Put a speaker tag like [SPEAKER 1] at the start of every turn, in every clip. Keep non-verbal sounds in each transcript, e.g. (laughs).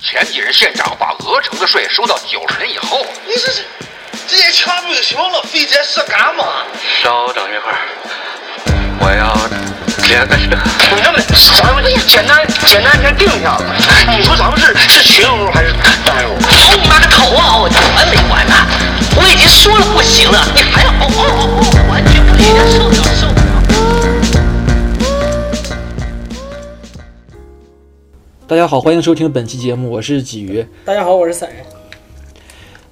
[SPEAKER 1] 全体人县长把鹅城的税收到九十年以后。
[SPEAKER 2] 你这是，这也瞧不行了，非这是干嘛？
[SPEAKER 3] 稍等一会儿，我要简单，
[SPEAKER 4] 你这么，咱们简单简单先定下了。你说咱们是是群殴还是单殴？
[SPEAKER 5] 哦，你妈个头啊！我完没完呢？我已经说了不行了，你还要哦哦哦哦，完全不行，受不了，受不了。
[SPEAKER 6] 大家好，欢迎收听本期节目，我是鲫鱼。
[SPEAKER 7] 大家好，我是散人。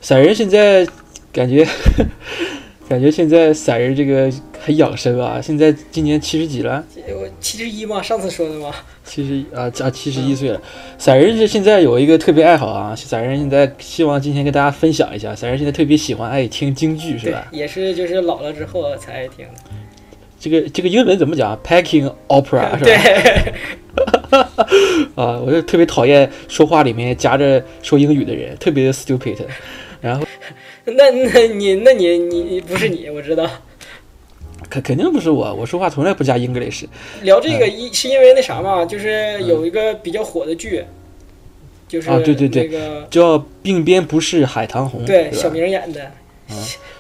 [SPEAKER 6] 散人现在感觉， (laughs) 感觉现在散人这个很养生啊，现在今年七十几了，
[SPEAKER 7] 我七十一嘛，上次说的嘛。
[SPEAKER 6] 七十一啊啊七十一岁了。散人是现在有一个特别爱好啊，散人现在希望今天跟大家分享一下，散人现在特别喜欢爱听京剧是
[SPEAKER 7] 对
[SPEAKER 6] 吧？，
[SPEAKER 7] 也是就是老了之后才爱听的。
[SPEAKER 6] 这个这个英文怎么讲？Packing opera 是吧？
[SPEAKER 7] 对， (laughs)
[SPEAKER 6] 啊，我就特别讨厌说话里面夹着说英语的人，特别 stupid。然后
[SPEAKER 7] 那那你那你你你不是你，我知道。
[SPEAKER 6] 肯肯定不是我，我说话从来不加 English。
[SPEAKER 7] 聊这个
[SPEAKER 6] 嗯
[SPEAKER 7] 一是因为那啥嘛，就是有一个比较火的剧，就是
[SPEAKER 6] 啊对对对
[SPEAKER 7] 那个
[SPEAKER 6] 叫鬓边不是海棠红，
[SPEAKER 7] 对
[SPEAKER 6] 吧
[SPEAKER 7] 小明演的，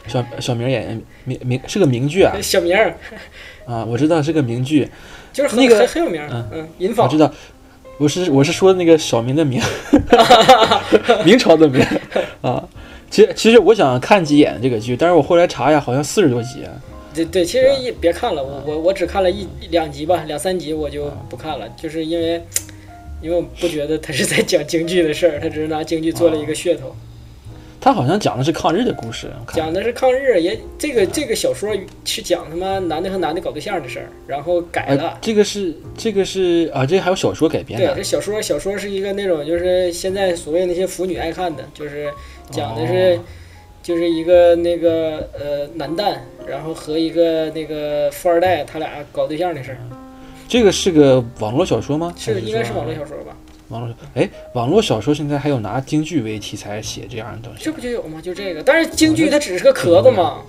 [SPEAKER 6] 小小明演员名名是个名剧啊
[SPEAKER 7] 小明儿
[SPEAKER 6] 啊，我知道是个名剧，
[SPEAKER 7] 就是很
[SPEAKER 6] 那个
[SPEAKER 7] 很很有名
[SPEAKER 6] 嗯，
[SPEAKER 7] 嗯，银
[SPEAKER 6] 我
[SPEAKER 7] 纺
[SPEAKER 6] 知道，我是我是说那个小明的
[SPEAKER 7] (laughs)
[SPEAKER 6] 明，明朝的明啊。其实其实我想看几眼这个剧，但是我后来查一下，好像四十多集啊，
[SPEAKER 7] 对对，其实也别看了，我
[SPEAKER 6] 啊
[SPEAKER 7] 我我只看了一一两集吧，两三集我就不看了，就是因为因为我不觉得他是在讲京剧的事儿，他只是拿京剧做了
[SPEAKER 6] 啊
[SPEAKER 7] 一个噱头，
[SPEAKER 6] 他好像讲的是抗日的故事，我看
[SPEAKER 7] 讲的是抗日，也这个这个小说是讲他妈男的和男的搞对象的事儿，然后改
[SPEAKER 6] 啊
[SPEAKER 7] 了，。
[SPEAKER 6] 这个是这个是啊，这还有小说改编
[SPEAKER 7] 对，这
[SPEAKER 6] 的，
[SPEAKER 7] 小说小说是一个那种就是现在所谓那些腐女爱看的，就是讲的是、
[SPEAKER 6] 哦
[SPEAKER 7] 就是一个那个呃男旦，然后和一个那个富二代他俩搞对象的事儿，
[SPEAKER 6] 这个是个网络小说吗？还
[SPEAKER 7] 是应该是网络小
[SPEAKER 6] 说。
[SPEAKER 7] 说吧？
[SPEAKER 6] 网络小哎，网络小说现在还有拿京剧为题材写这样的东西
[SPEAKER 7] 这不就有吗？就这个，但是京剧它只是个壳子嘛，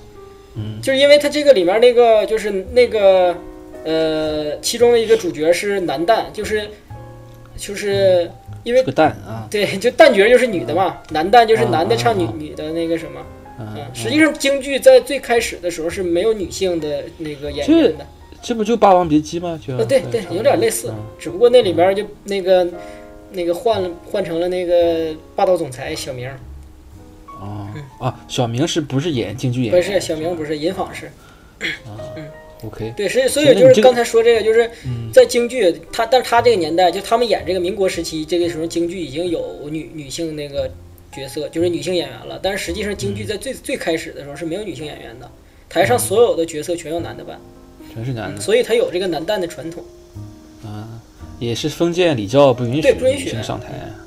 [SPEAKER 6] 嗯
[SPEAKER 7] 就是因为它这个里面那个就是那个呃，其中的一个主角是男旦，就是就是因为
[SPEAKER 6] 这个蛋啊，
[SPEAKER 7] 对，就旦角就是女的嘛，男旦就是男的唱女
[SPEAKER 6] 啊啊啊
[SPEAKER 7] 女的那个什么，
[SPEAKER 6] 嗯
[SPEAKER 7] 嗯，，实际上京剧在最开始的时候是没有女性的那个演员的，
[SPEAKER 6] 这不就《霸王别姬》吗？就
[SPEAKER 7] 呃，对对，有点类似
[SPEAKER 6] 嗯，
[SPEAKER 7] 只不过那里边就那个那个换了换成了那个霸道总裁小明，
[SPEAKER 6] 哦啊，小明是不是演京剧演
[SPEAKER 7] 嗯不
[SPEAKER 6] 员？
[SPEAKER 7] 是小明，不是银纺是。
[SPEAKER 6] OK，
[SPEAKER 7] 对，所以所
[SPEAKER 6] 行
[SPEAKER 7] 以
[SPEAKER 6] 那
[SPEAKER 7] 就
[SPEAKER 6] 你这
[SPEAKER 7] 是
[SPEAKER 6] 个
[SPEAKER 7] 刚才说这个，就是
[SPEAKER 6] 嗯
[SPEAKER 7] 在京剧，他但是他这个年代，就他们演这个民国时期，这个时候京剧已经有女女性那个角色，就是女性演员了。但是实际上，
[SPEAKER 6] 嗯
[SPEAKER 7] 京剧在最、最开始的时候是没有女性演员的，台上所有的角色全由男的扮，
[SPEAKER 6] 全是男的
[SPEAKER 7] 所以他有这个男旦的传统。
[SPEAKER 6] 啊，也是封建礼教不允许
[SPEAKER 7] 对不允许
[SPEAKER 6] 女性上台啊。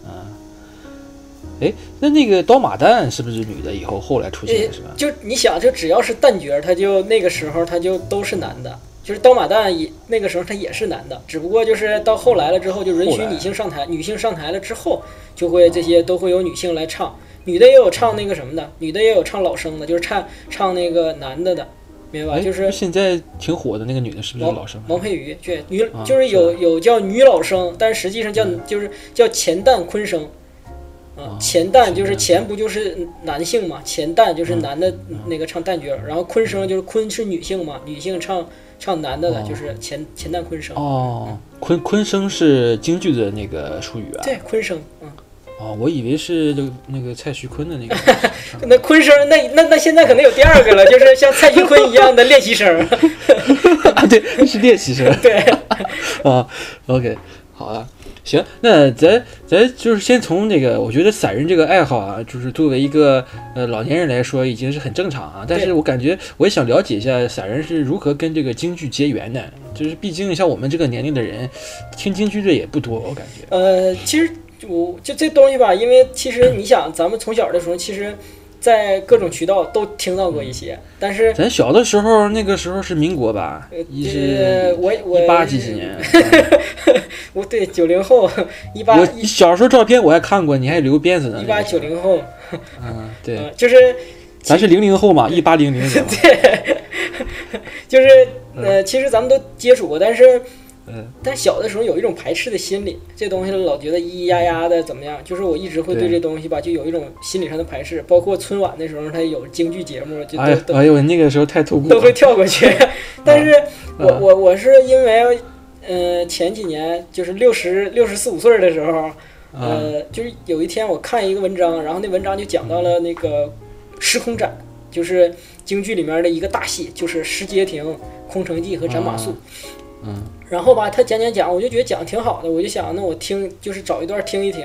[SPEAKER 6] 哎，那那个刀马旦是不是女的？以后后来出现的是吧？
[SPEAKER 7] 呃就你想，就只要是旦角，他就那个时候他就都是男的。就是刀马旦也那个时候他也是男的，只不过就是到后来了之后，就允
[SPEAKER 6] 后
[SPEAKER 7] 许
[SPEAKER 6] 来
[SPEAKER 7] 女性上台，女性上台了之后，就会这些都会有女性来唱，女的也有唱那个什么的，女的也有唱老生的，就是唱唱那个男的的，明白吧？
[SPEAKER 6] 哎，
[SPEAKER 7] 就是
[SPEAKER 6] 现在挺火的那个女的，是不是
[SPEAKER 7] 王
[SPEAKER 6] 老生啊？
[SPEAKER 7] 王佩瑜，对女
[SPEAKER 6] 啊
[SPEAKER 7] 就是
[SPEAKER 6] 是
[SPEAKER 7] 有
[SPEAKER 6] 的嗯
[SPEAKER 7] 有叫女老生，但实际上叫就是叫前旦昆生，啊
[SPEAKER 6] 啊，
[SPEAKER 7] 前旦就是
[SPEAKER 6] 前
[SPEAKER 7] 前不就是男性嘛，前旦就是
[SPEAKER 6] 嗯
[SPEAKER 7] 男的那个唱旦角，然后昆生就是昆是女性嘛，女性唱唱男的的，
[SPEAKER 6] 哦
[SPEAKER 7] 就是前前旦昆生，
[SPEAKER 6] 哦，昆昆生是京剧的那个术语啊。
[SPEAKER 7] 对，昆生，嗯，
[SPEAKER 6] 哦，我以为是就那个蔡徐坤的那个
[SPEAKER 7] (laughs) 那昆生那那那现在可能有第二个了，就是像蔡徐坤一样的练习生，
[SPEAKER 6] (laughs) 啊，对，是练习生。
[SPEAKER 7] (laughs) 对，
[SPEAKER 6] 啊，OK，好啊，行，那咱咱就是先从那个，我觉得散人这个爱好啊，就是作为一个呃老年人来说，已经是很正常啊。但是
[SPEAKER 7] 对
[SPEAKER 6] 我感觉我也想了解一下散人是如何跟这个京剧结缘的，就是毕竟像我们这个年龄的人，听京剧的也不多，我感觉。
[SPEAKER 7] 呃，其实我就这东西吧，因为其实你想，咱们从小的时候，其实，在各种渠道都听到过一
[SPEAKER 6] 嗯
[SPEAKER 7] 些，但是
[SPEAKER 6] 咱小的时候，那个时候是民国吧
[SPEAKER 7] 呃，
[SPEAKER 6] 一
[SPEAKER 7] 呃
[SPEAKER 6] 是
[SPEAKER 7] 我我
[SPEAKER 6] 一八几几年，
[SPEAKER 7] 我对九零后 (laughs) 一八
[SPEAKER 6] 我小时候照片我还看过，你还留辫子呢。
[SPEAKER 7] 一八九，零后，
[SPEAKER 6] 嗯，
[SPEAKER 7] 呃
[SPEAKER 6] 对，
[SPEAKER 7] 就是
[SPEAKER 6] 咱是零零后嘛，一八零零年嘛，
[SPEAKER 7] 就是呃，其实咱们都接触过，但是
[SPEAKER 6] 嗯
[SPEAKER 7] 但小的时候有一种排斥的心理，这东西老觉得咿咿呀呀的怎么样，就是我一直会对
[SPEAKER 6] 对
[SPEAKER 7] 这东西吧，就有一种心理上的排斥。包括春晚的时候，它有京剧节目，就都、
[SPEAKER 6] 哎呦
[SPEAKER 7] 都
[SPEAKER 6] 哎呦，那个时候太痛苦
[SPEAKER 7] 都
[SPEAKER 6] 了
[SPEAKER 7] 会，跳过去。 (laughs) 但是我、
[SPEAKER 6] 啊
[SPEAKER 7] 我我是因为，呃，前几年就是六十六十四五岁的时候，
[SPEAKER 6] 啊
[SPEAKER 7] 呃，就是有一天我看一个文章，然后那文章就讲到了那个时空斩，就是京剧里面的一个大戏，就是《石阶亭》《空城计》和《斩马谡》
[SPEAKER 6] 啊嗯
[SPEAKER 7] 然后吧，他讲讲讲，我就觉得讲的挺好的，我就想那我听就是找一段听一听，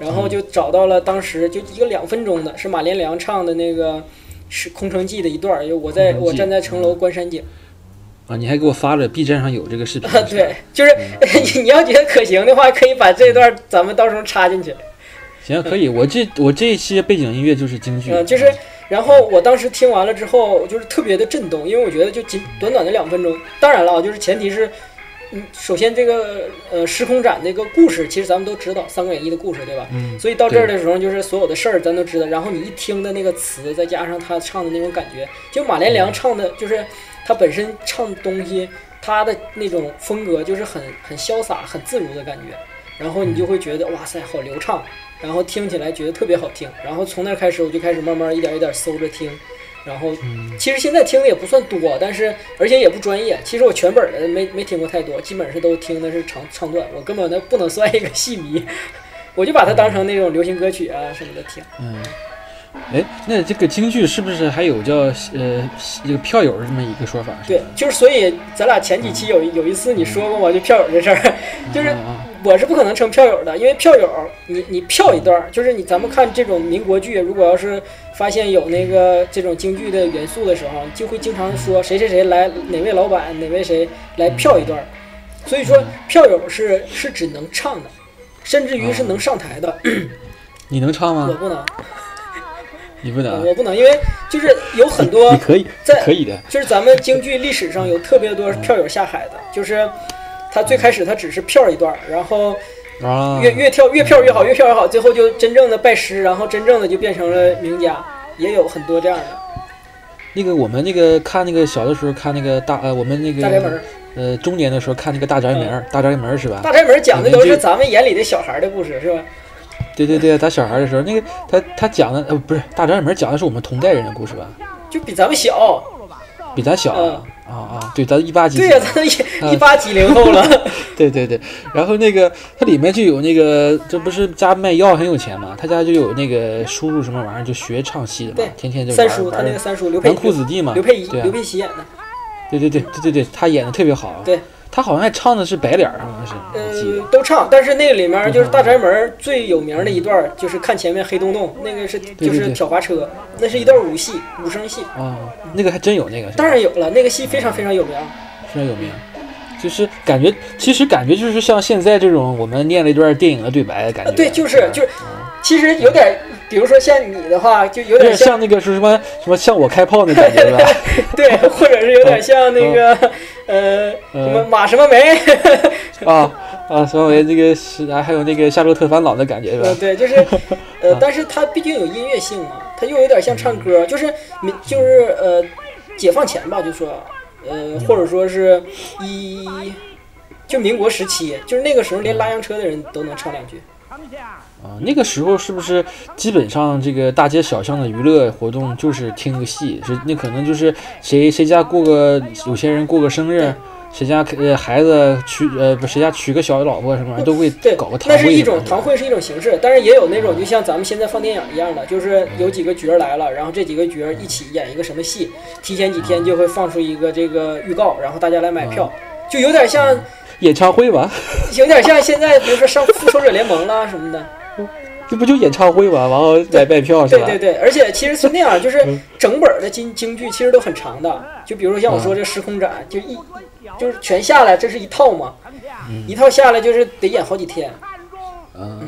[SPEAKER 7] 然
[SPEAKER 6] 嗯
[SPEAKER 7] 后就找到了当时就一个两分钟的，是马连良唱的那个是《空城计》的一段儿，就我
[SPEAKER 6] 空
[SPEAKER 7] 在
[SPEAKER 6] 城计嗯
[SPEAKER 7] 我站在城楼观山景。
[SPEAKER 6] 啊，你还给我发了，B 站上有这个视频
[SPEAKER 7] 啊，， (laughs) 对，就是、 (laughs) 你要觉得可行的话，可以把这段儿咱们到时候插进去。
[SPEAKER 6] 行可以，我这我这一期背景音乐就是京剧，
[SPEAKER 7] 嗯，就是，然后我当时听完了之后，就是特别的震动，因为我觉得就仅短短的两分钟，当然了啊，就是前提是，嗯，首先这个呃时空展这个故事，其实咱们都知道《三国演义》的故事，对吧？
[SPEAKER 6] 嗯
[SPEAKER 7] 所以到这儿的时候，就是所有的事儿咱都知道，然后你一听的那个词，再加上他唱的那种感觉，就马连良唱的，就是他本身唱的东西，他的那种风格就是很很潇洒、很自如的感觉，然后你就会觉得哇塞，好流畅，然后听起来觉得特别好听，然后从那儿开始我就开始慢慢一点一点搜着听，然后其实现在听的也不算多，但是而且也不专业，其实我全本儿的没没听过太多，基本上都听的是长唱段，我根本都不能算一个戏迷。 (laughs) 我就把它当成那种流行歌曲啊什么的听。
[SPEAKER 6] 嗯。哎，那这个京剧是不是还有叫呃这个票友这么一个说法？是
[SPEAKER 7] 对
[SPEAKER 6] 吧，
[SPEAKER 7] 就是所以咱俩前几期有有一次你说过嘛，就票友这事儿， (laughs) 就是
[SPEAKER 6] 啊啊
[SPEAKER 7] 我是不可能成票友的，因为票友你你票一段儿，就是你咱们看这种民国剧，如果要是发现有那个这种京剧的元素的时候，就会经常说谁谁谁来哪位老板哪位谁来票一段儿，所以说
[SPEAKER 6] 嗯
[SPEAKER 7] 票友是是只能唱的，甚至于是能上台
[SPEAKER 6] 嗯
[SPEAKER 7] 的，
[SPEAKER 6] 你能唱
[SPEAKER 7] 我
[SPEAKER 6] 吗？
[SPEAKER 7] 不能，
[SPEAKER 6] 你不能啊，
[SPEAKER 7] 我不能，因为就是有很多
[SPEAKER 6] 你可以，
[SPEAKER 7] 在
[SPEAKER 6] 可以的。
[SPEAKER 7] 就是咱们京剧历史上有特别多票友下海的，就是他最开始他只是票一段儿，然后
[SPEAKER 6] 啊，
[SPEAKER 7] 越越跳越票越好，越票越好，最后就真正的拜师，然后真正的就变成了名家，也有很多这样的
[SPEAKER 6] 那个我们那个看那个小的时候看那个大呃我们那个
[SPEAKER 7] 大宅门儿。
[SPEAKER 6] 呃中年的时候看那个大宅门儿，大宅门儿是吧？
[SPEAKER 7] 大宅门讲的都是咱们眼里的小孩的故事，是吧？
[SPEAKER 6] 对对对，打小孩的时候，那个他他讲的呃不是大宅门讲的是我们同代人的故事吧？
[SPEAKER 7] 就比咱们小，
[SPEAKER 6] 比咱小啊啊啊！对，咱一八几
[SPEAKER 7] 嗯对
[SPEAKER 6] 几
[SPEAKER 7] 呀、
[SPEAKER 6] 的
[SPEAKER 7] 咱都
[SPEAKER 6] 嗯
[SPEAKER 7] 一一八几零后了，
[SPEAKER 6] 对对对，然后那个它里面就有那个，这不是家卖药很有钱嘛，他家就有那个叔叔什么玩意儿，就学唱戏的
[SPEAKER 7] 对
[SPEAKER 6] 嘛，天天就玩
[SPEAKER 7] 三叔，他
[SPEAKER 6] 玩
[SPEAKER 7] 那个三叔刘佩
[SPEAKER 6] 纨绔子弟嘛，
[SPEAKER 7] 刘佩仪、
[SPEAKER 6] 对啊
[SPEAKER 7] 刘佩琦演的，
[SPEAKER 6] 对对对对对对，他演的特别好，
[SPEAKER 7] 对，
[SPEAKER 6] 他好像还唱的是白脸儿，好像是，我记
[SPEAKER 7] 呃
[SPEAKER 6] 得，啊
[SPEAKER 7] 都唱，但是那里面就是大宅门最有名的一段，就是看前面黑洞洞，那个是
[SPEAKER 6] 对
[SPEAKER 7] 就是挑滑车，那是一段武戏，武生戏，
[SPEAKER 6] 啊，那个还真有那个，是吧
[SPEAKER 7] 嗯当然有了，那个戏非常非常有名。
[SPEAKER 6] 非常有名。就是感觉，其实感觉就是像现在这种，我们念了一段电影的对白的感觉。
[SPEAKER 7] 啊，对，就是就是，其实有点，比如说像你的话，就有
[SPEAKER 6] 有
[SPEAKER 7] 点
[SPEAKER 6] 点
[SPEAKER 7] 像
[SPEAKER 6] 像那个是什么什么向我开炮那感觉
[SPEAKER 7] (laughs)
[SPEAKER 6] 吧？
[SPEAKER 7] 对，或者是有
[SPEAKER 6] 哦
[SPEAKER 7] 点像那个呃什么马什么梅， (laughs)
[SPEAKER 6] 啊啊，所以那个是啊，还有那个夏洛特烦恼的感觉
[SPEAKER 7] 呃
[SPEAKER 6] 吧？
[SPEAKER 7] 对，就是 (laughs) 呃，但是它毕竟有音乐性嘛，它又有点像唱歌，就是民就是呃解放前吧，就说呃或者说是一就民国时期，就是那个时候连拉洋车的人都能唱两句。
[SPEAKER 6] 啊，那个时候是不是基本上这个大街小巷的娱乐活动就是听个戏，是那可能就是谁谁家过个有些人过个生日，谁家呃孩子娶呃不谁家娶个小老婆什么玩意儿都会
[SPEAKER 7] 对，
[SPEAKER 6] 搞个堂
[SPEAKER 7] 那
[SPEAKER 6] 会，
[SPEAKER 7] 是一种堂。会是一种形式，但是也有那种就像咱们现在放电影一样的，就是有几个角儿来了，然后这几个角儿一起演一个什么戏，提前几天就会放出一个这个预告，然后大家来买票，就有点像
[SPEAKER 6] 演唱会
[SPEAKER 7] (laughs)
[SPEAKER 6] 吧，
[SPEAKER 7] 有点像现在比如说上复仇者联盟啦什么的，
[SPEAKER 6] 这不就演唱会吗？完后买卖票是
[SPEAKER 7] 对
[SPEAKER 6] 吧？嗯
[SPEAKER 7] 对对，而且其实是那样，就是整本儿的京京剧其实都很长的，就比如说像我说
[SPEAKER 6] 嗯
[SPEAKER 7] 这时空展，就一就是全下来，这是一套嘛，一套下来就是得演好几天，
[SPEAKER 6] 嗯。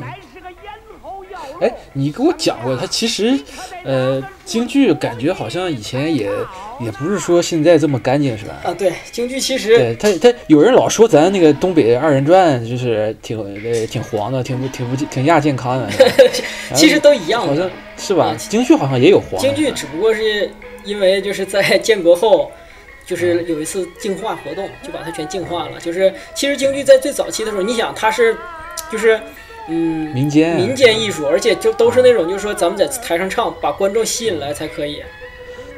[SPEAKER 6] 哎，你给我讲过，它其实，呃，京剧感觉好像以前也也不是说现在这么干净，是吧？
[SPEAKER 7] 啊，对，京剧其实
[SPEAKER 6] (laughs) 对他，他有人老说咱那个东北二人转就是挺呃挺黄的，挺不挺不挺亚健康
[SPEAKER 7] (laughs)
[SPEAKER 6] 的，是吧
[SPEAKER 7] 其实都一样
[SPEAKER 6] 好
[SPEAKER 7] 的。
[SPEAKER 6] 像是吧？
[SPEAKER 7] 嗯
[SPEAKER 6] 哎京剧好像也有黄的，
[SPEAKER 7] (laughs) 京剧只不过是因为就是在建国后，
[SPEAKER 6] 嗯
[SPEAKER 7] 就是有一次净化活动，就把它全净化了。就是其实京剧在最早期的时候，你想它是，就是嗯，
[SPEAKER 6] 民间
[SPEAKER 7] 民间艺术，而且就都是那种就是说咱们在台上唱，把观众吸引来才可以。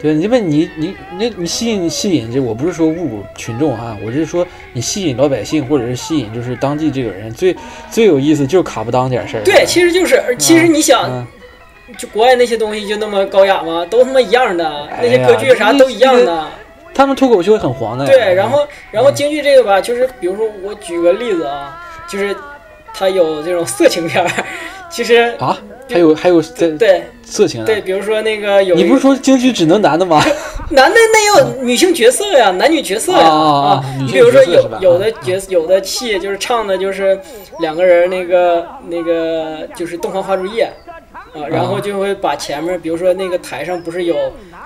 [SPEAKER 6] 对，你问你你你你吸引吸引这，我不是说侮辱群众啊，我是说你吸引老百姓，或者是吸引就是当地这个人，最最有意思就是卡不当点事儿。
[SPEAKER 7] 对，其实啊就是，而其实你想，
[SPEAKER 6] 嗯，
[SPEAKER 7] 就国外那些东西就那么高雅吗？都他妈一样的，
[SPEAKER 6] 哎
[SPEAKER 7] 那些
[SPEAKER 6] 呀
[SPEAKER 7] 歌剧啥
[SPEAKER 6] 那
[SPEAKER 7] 都一样
[SPEAKER 6] 那
[SPEAKER 7] 的。
[SPEAKER 6] 他们脱口秀很黄的。
[SPEAKER 7] 对，然后然后京剧这个吧，就是比如说我举个例子啊，就是它有这种色情片儿， (laughs) 其实
[SPEAKER 6] 啊，还有还有这
[SPEAKER 7] 对
[SPEAKER 6] 色情的
[SPEAKER 7] 对，。比如说那个有
[SPEAKER 6] 你
[SPEAKER 7] 一
[SPEAKER 6] 不是
[SPEAKER 7] 个
[SPEAKER 6] 说京剧只能男的吗？
[SPEAKER 7] (laughs) 男的那有女性角色呀，男女角色呀
[SPEAKER 6] 啊啊啊女
[SPEAKER 7] 你
[SPEAKER 6] 性
[SPEAKER 7] 比如说
[SPEAKER 6] 角色是
[SPEAKER 7] 有
[SPEAKER 6] 吧嗯
[SPEAKER 7] 有的角色有的戏就是唱的就是两个人那个那个就是洞房花烛夜。
[SPEAKER 6] 嗯
[SPEAKER 7] 啊，然后就会把前面，比如说那个台上不是有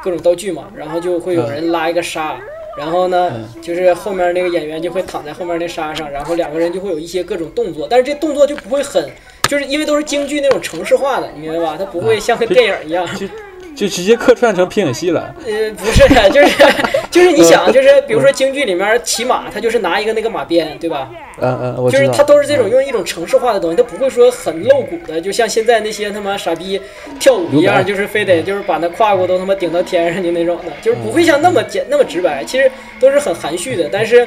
[SPEAKER 7] 各种道具嘛，然后就会有人拉一个沙，然后呢，
[SPEAKER 6] 嗯
[SPEAKER 7] 就是后面那个演员就会躺在后面那沙上，然后两个人就会有一些各种动作，但是这动作就不会很，就是因为都是京剧那种城市化的，你明白吧？它不
[SPEAKER 6] 啊
[SPEAKER 7] 会像个电影一样。
[SPEAKER 6] (laughs) 就就直接客串成皮影戏了。
[SPEAKER 7] 呃，不是，就是 (laughs) 就是你想，就是比如说京剧里面骑马，他就是拿一个那个马鞭，对吧？
[SPEAKER 6] 嗯嗯，我
[SPEAKER 7] 就
[SPEAKER 6] 知
[SPEAKER 7] 是
[SPEAKER 6] 道。
[SPEAKER 7] 他都是这种用一种城市化的东西，他不会说很露骨的，就像现在那些他妈傻逼跳舞一
[SPEAKER 6] 留白嗯
[SPEAKER 7] 样，就是非得就是把那胯骨都他妈顶到天上去那种的，就是不会像那么
[SPEAKER 6] 嗯
[SPEAKER 7] 简那么直白，其实都是很含蓄的，但是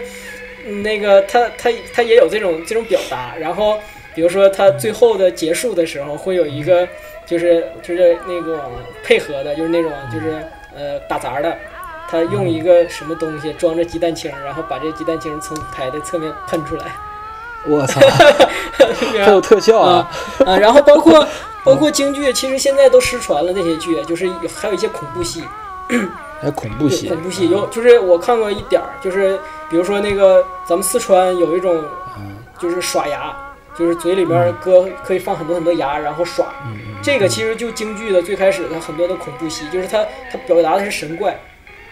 [SPEAKER 7] 嗯那个他他他也有这种这种表达，然后比如说他最后的结束的时候会有一个
[SPEAKER 6] 嗯
[SPEAKER 7] 就是就是那种配合的，就是那种就是呃打杂的。他
[SPEAKER 6] 嗯
[SPEAKER 7] 用一个什么东西装着鸡蛋清儿，然后把这鸡蛋清儿从舞台的侧面喷出来，
[SPEAKER 6] 我
[SPEAKER 7] (laughs)
[SPEAKER 6] 操，还有特效
[SPEAKER 7] 啊
[SPEAKER 6] 啊！
[SPEAKER 7] 啊，然后包括包括京剧，其实现在都失传了那些剧，就是有还有一些恐怖戏，
[SPEAKER 6] 还有恐怖戏
[SPEAKER 7] 有，恐怖戏有，就是啊我看过一点儿，就是比如说那个咱们四川有一种，
[SPEAKER 6] 嗯
[SPEAKER 7] 就是耍牙，就是嘴里边搁可以放很多很多牙，然后耍，这个其实就京剧的最开始的很多的恐怖戏，就是它它表达的是神怪，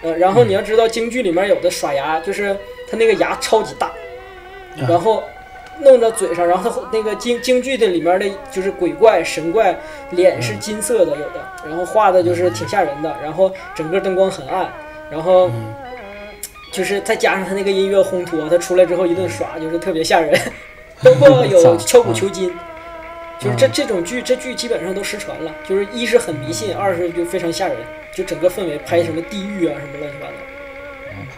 [SPEAKER 7] 呃，然后你要知道京剧里面有的耍牙，就是它那个牙超级大，然后弄到嘴上，然后它那个京京剧的里面的就是鬼怪神怪，脸是金色的有的，然后画的就是挺吓人的，然后整个灯光很暗，然后就是再加上他那个音乐烘托，他出来之后一顿耍，就是特别吓人。 (laughs) 包括有
[SPEAKER 6] 操
[SPEAKER 7] 敲鼓求金，就是
[SPEAKER 6] 嗯
[SPEAKER 7] 这这种剧，这剧基本上都失传了，就是一是很迷信，二是就非常吓人，就整个氛围拍什么地狱啊什么乱七八糟，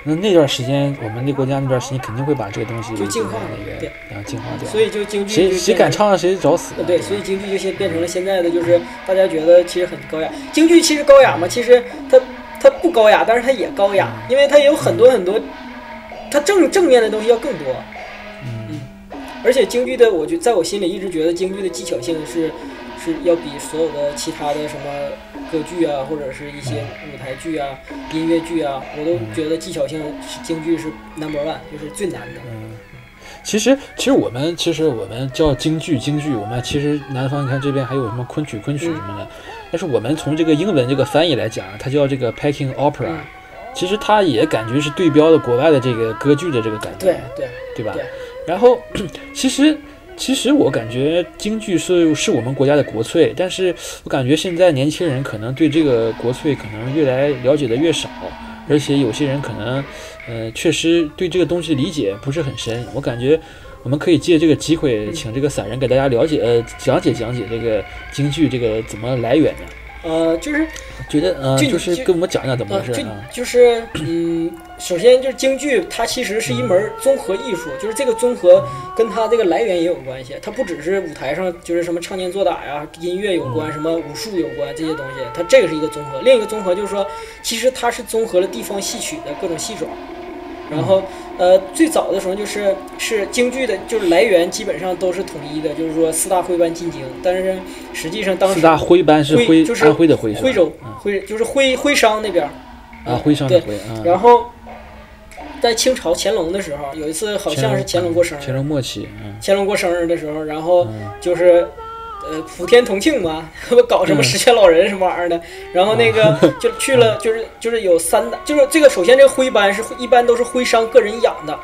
[SPEAKER 6] 那嗯那段时间，我们那国家那段时间肯定会把这个东西
[SPEAKER 7] 就净化
[SPEAKER 6] 那个
[SPEAKER 7] 对
[SPEAKER 6] 然后净化掉。
[SPEAKER 7] 所以就京剧
[SPEAKER 6] 谁
[SPEAKER 7] 就
[SPEAKER 6] 谁
[SPEAKER 7] 变
[SPEAKER 6] 敢
[SPEAKER 7] 成
[SPEAKER 6] 唱谁找死
[SPEAKER 7] 呃，。对，所以京剧就现变成了现在的，就是大家觉得其实很高雅。京剧其实高雅嘛，其实它它不高雅，但是它也高雅，因为它有很多很多，它正正面的东西要更多。嗯，而且京剧的，我觉在我心里一直觉得京剧的技巧性是是要比所有的其他的什么歌剧啊，或者是一些舞台剧啊、音乐剧啊，我都觉得技巧性是京剧是 number one，就是最难的。
[SPEAKER 6] 其实，其实我们其实我们叫京剧，京剧。我们其实南方，你看这边还有什么昆曲、昆曲什么
[SPEAKER 7] 嗯
[SPEAKER 6] 的。但是我们从这个英文这个翻译来讲，啊它叫这个 Peking Opera，、
[SPEAKER 7] 嗯
[SPEAKER 6] 其实它也感觉是对标的国外的这个歌剧的这个感觉，
[SPEAKER 7] 对对，
[SPEAKER 6] 对吧？
[SPEAKER 7] 对
[SPEAKER 6] 然后， (clears throat) 其实其实我感觉京剧是是我们国家的国粹，但是我感觉现在年轻人可能对这个国粹可能越来了解的越少，而且有些人可能，呃，确实对这个东西理解不是很深。我感觉我们可以借这个机会，请这个散人给大家了解，呃，讲解讲解这个京剧这个怎么来源呀、
[SPEAKER 7] 呃，就是
[SPEAKER 6] 觉得，呃，
[SPEAKER 7] 这
[SPEAKER 6] 就
[SPEAKER 7] 这
[SPEAKER 6] 是跟我们讲讲怎么
[SPEAKER 7] 啊，
[SPEAKER 6] 回事
[SPEAKER 7] 这
[SPEAKER 6] 啊？
[SPEAKER 7] 就是嗯，首先就是京剧，它其实是一
[SPEAKER 6] 嗯
[SPEAKER 7] 门综合艺术，就是这个综合跟它这个来源也有关系，它不只是舞台上就是什么唱念做打呀、音乐有
[SPEAKER 6] 嗯
[SPEAKER 7] 关，什么武术有关这些东西，它这个是一个综合。另一个综合就是说，其实它是综合了地方戏曲的各种戏种。然
[SPEAKER 6] 嗯
[SPEAKER 7] 后，呃，最早的时候就是是京剧的，就是来源基本上都是统一的，就是说四大徽班进京。但是实际上当时
[SPEAKER 6] 四大徽班是徽
[SPEAKER 7] 就是
[SPEAKER 6] 安徽的徽是吧，嗯
[SPEAKER 7] 徽州徽就是徽徽商那边儿
[SPEAKER 6] 啊，徽商的徽
[SPEAKER 7] 对
[SPEAKER 6] 啊。
[SPEAKER 7] 然后在清朝乾隆的时候，有一次好像是乾隆过生
[SPEAKER 6] 乾
[SPEAKER 7] 日，啊
[SPEAKER 6] 隆嗯末期，嗯，
[SPEAKER 7] 乾隆过生日的时候，然后就是。呃，普天同庆嘛， (laughs) 不搞什么
[SPEAKER 6] 嗯
[SPEAKER 7] 十全老人什么玩意儿的，然后那个就去了，就是就是有三大，就是这个首先这个徽班是一般都是徽商个人养的，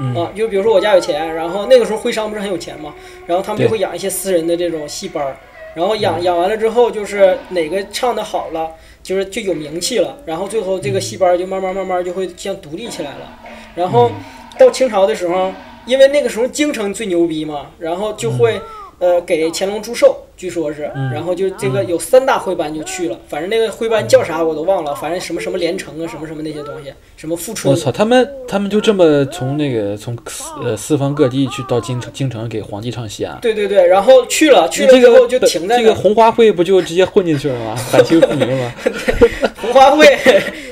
[SPEAKER 6] 嗯
[SPEAKER 7] 啊，就比如说我家有钱，然后那个时候徽商不是很有钱嘛，然后他们就
[SPEAKER 6] 对嗯
[SPEAKER 7] 会养一些私人的这种戏班儿，然后养养完了之后，就是哪个唱的好了，就是就有名气了，然后最后这
[SPEAKER 6] 嗯
[SPEAKER 7] 个戏班就慢慢慢慢就会像独立起来了，然后
[SPEAKER 6] 嗯
[SPEAKER 7] 到清朝的时候，因为那个时候京城最牛逼嘛，然后
[SPEAKER 6] 嗯
[SPEAKER 7] 就会。呃，给乾隆祝寿，据说是，然后就这
[SPEAKER 6] 嗯
[SPEAKER 7] 个有三大徽班就去了，反正那个徽班叫啥我都忘了，反正什么什么连城啊，什么什么那些东西，什么富春
[SPEAKER 6] 我，操，他们他们就这么从那个从四呃四方各地去到京城京城给皇帝唱戏啊？
[SPEAKER 7] 对对对，然后去了去了
[SPEAKER 6] 这
[SPEAKER 7] 之
[SPEAKER 6] 个
[SPEAKER 7] 后就停在
[SPEAKER 6] 这
[SPEAKER 7] 那
[SPEAKER 6] 个
[SPEAKER 7] 儿
[SPEAKER 6] 红花会不就直接混进去了吗？反清复明了
[SPEAKER 7] (laughs)
[SPEAKER 6] 吗？
[SPEAKER 7] 红
[SPEAKER 6] (laughs)
[SPEAKER 7] 花会，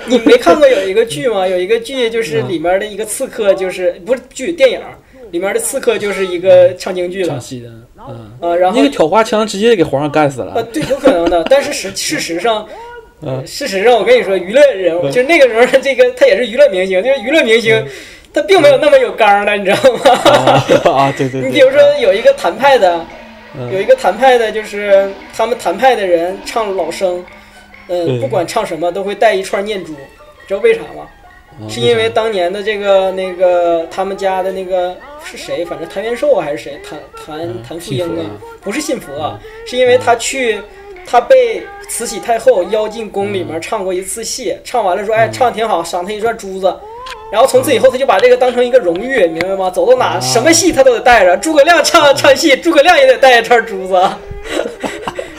[SPEAKER 7] 你没看过有一个剧吗？有一个剧就是
[SPEAKER 6] 嗯
[SPEAKER 7] 里面的一个刺客，就是不是剧电影儿里面的刺客就是一
[SPEAKER 6] 嗯
[SPEAKER 7] 个唱京剧
[SPEAKER 6] 唱
[SPEAKER 7] 的
[SPEAKER 6] 戏的，嗯，
[SPEAKER 7] 啊，然后
[SPEAKER 6] 那个挑花枪直接给皇上干死
[SPEAKER 7] 啊
[SPEAKER 6] 了。
[SPEAKER 7] 对，有可能的，但是实事实上。呃
[SPEAKER 6] 嗯
[SPEAKER 7] 事实上，我跟你说，娱乐人物就是那个时候，这个他也是娱乐明星，就是娱乐明星，他并没有那么有刚的，你知道吗
[SPEAKER 6] 嗯啊？ (laughs) 啊，对对对。
[SPEAKER 7] 你比如说有一个谭派的，
[SPEAKER 6] 嗯
[SPEAKER 7] 有一个谭派的，就是他们谭派的人唱老生，呃，
[SPEAKER 6] 对
[SPEAKER 7] 不管唱什么都会带一串念珠，知道为啥吗？
[SPEAKER 6] 嗯
[SPEAKER 7] 是因为当年的这个那个他们家的那个是谁，反正谭元寿啊还是谁，谭谭谭富英
[SPEAKER 6] 信佛
[SPEAKER 7] 啊
[SPEAKER 6] 啊，
[SPEAKER 7] 不是信佛啊，是因为他去。他被慈禧太后邀进宫里面唱过一次戏，唱完了说：“哎，唱挺好，赏他一串珠子。”然后从此以后，他就把这个当成一个荣誉，明白吗？走到哪、什么戏他都得带着，诸葛亮唱唱戏，诸葛亮也得带一串珠子， (laughs) 啊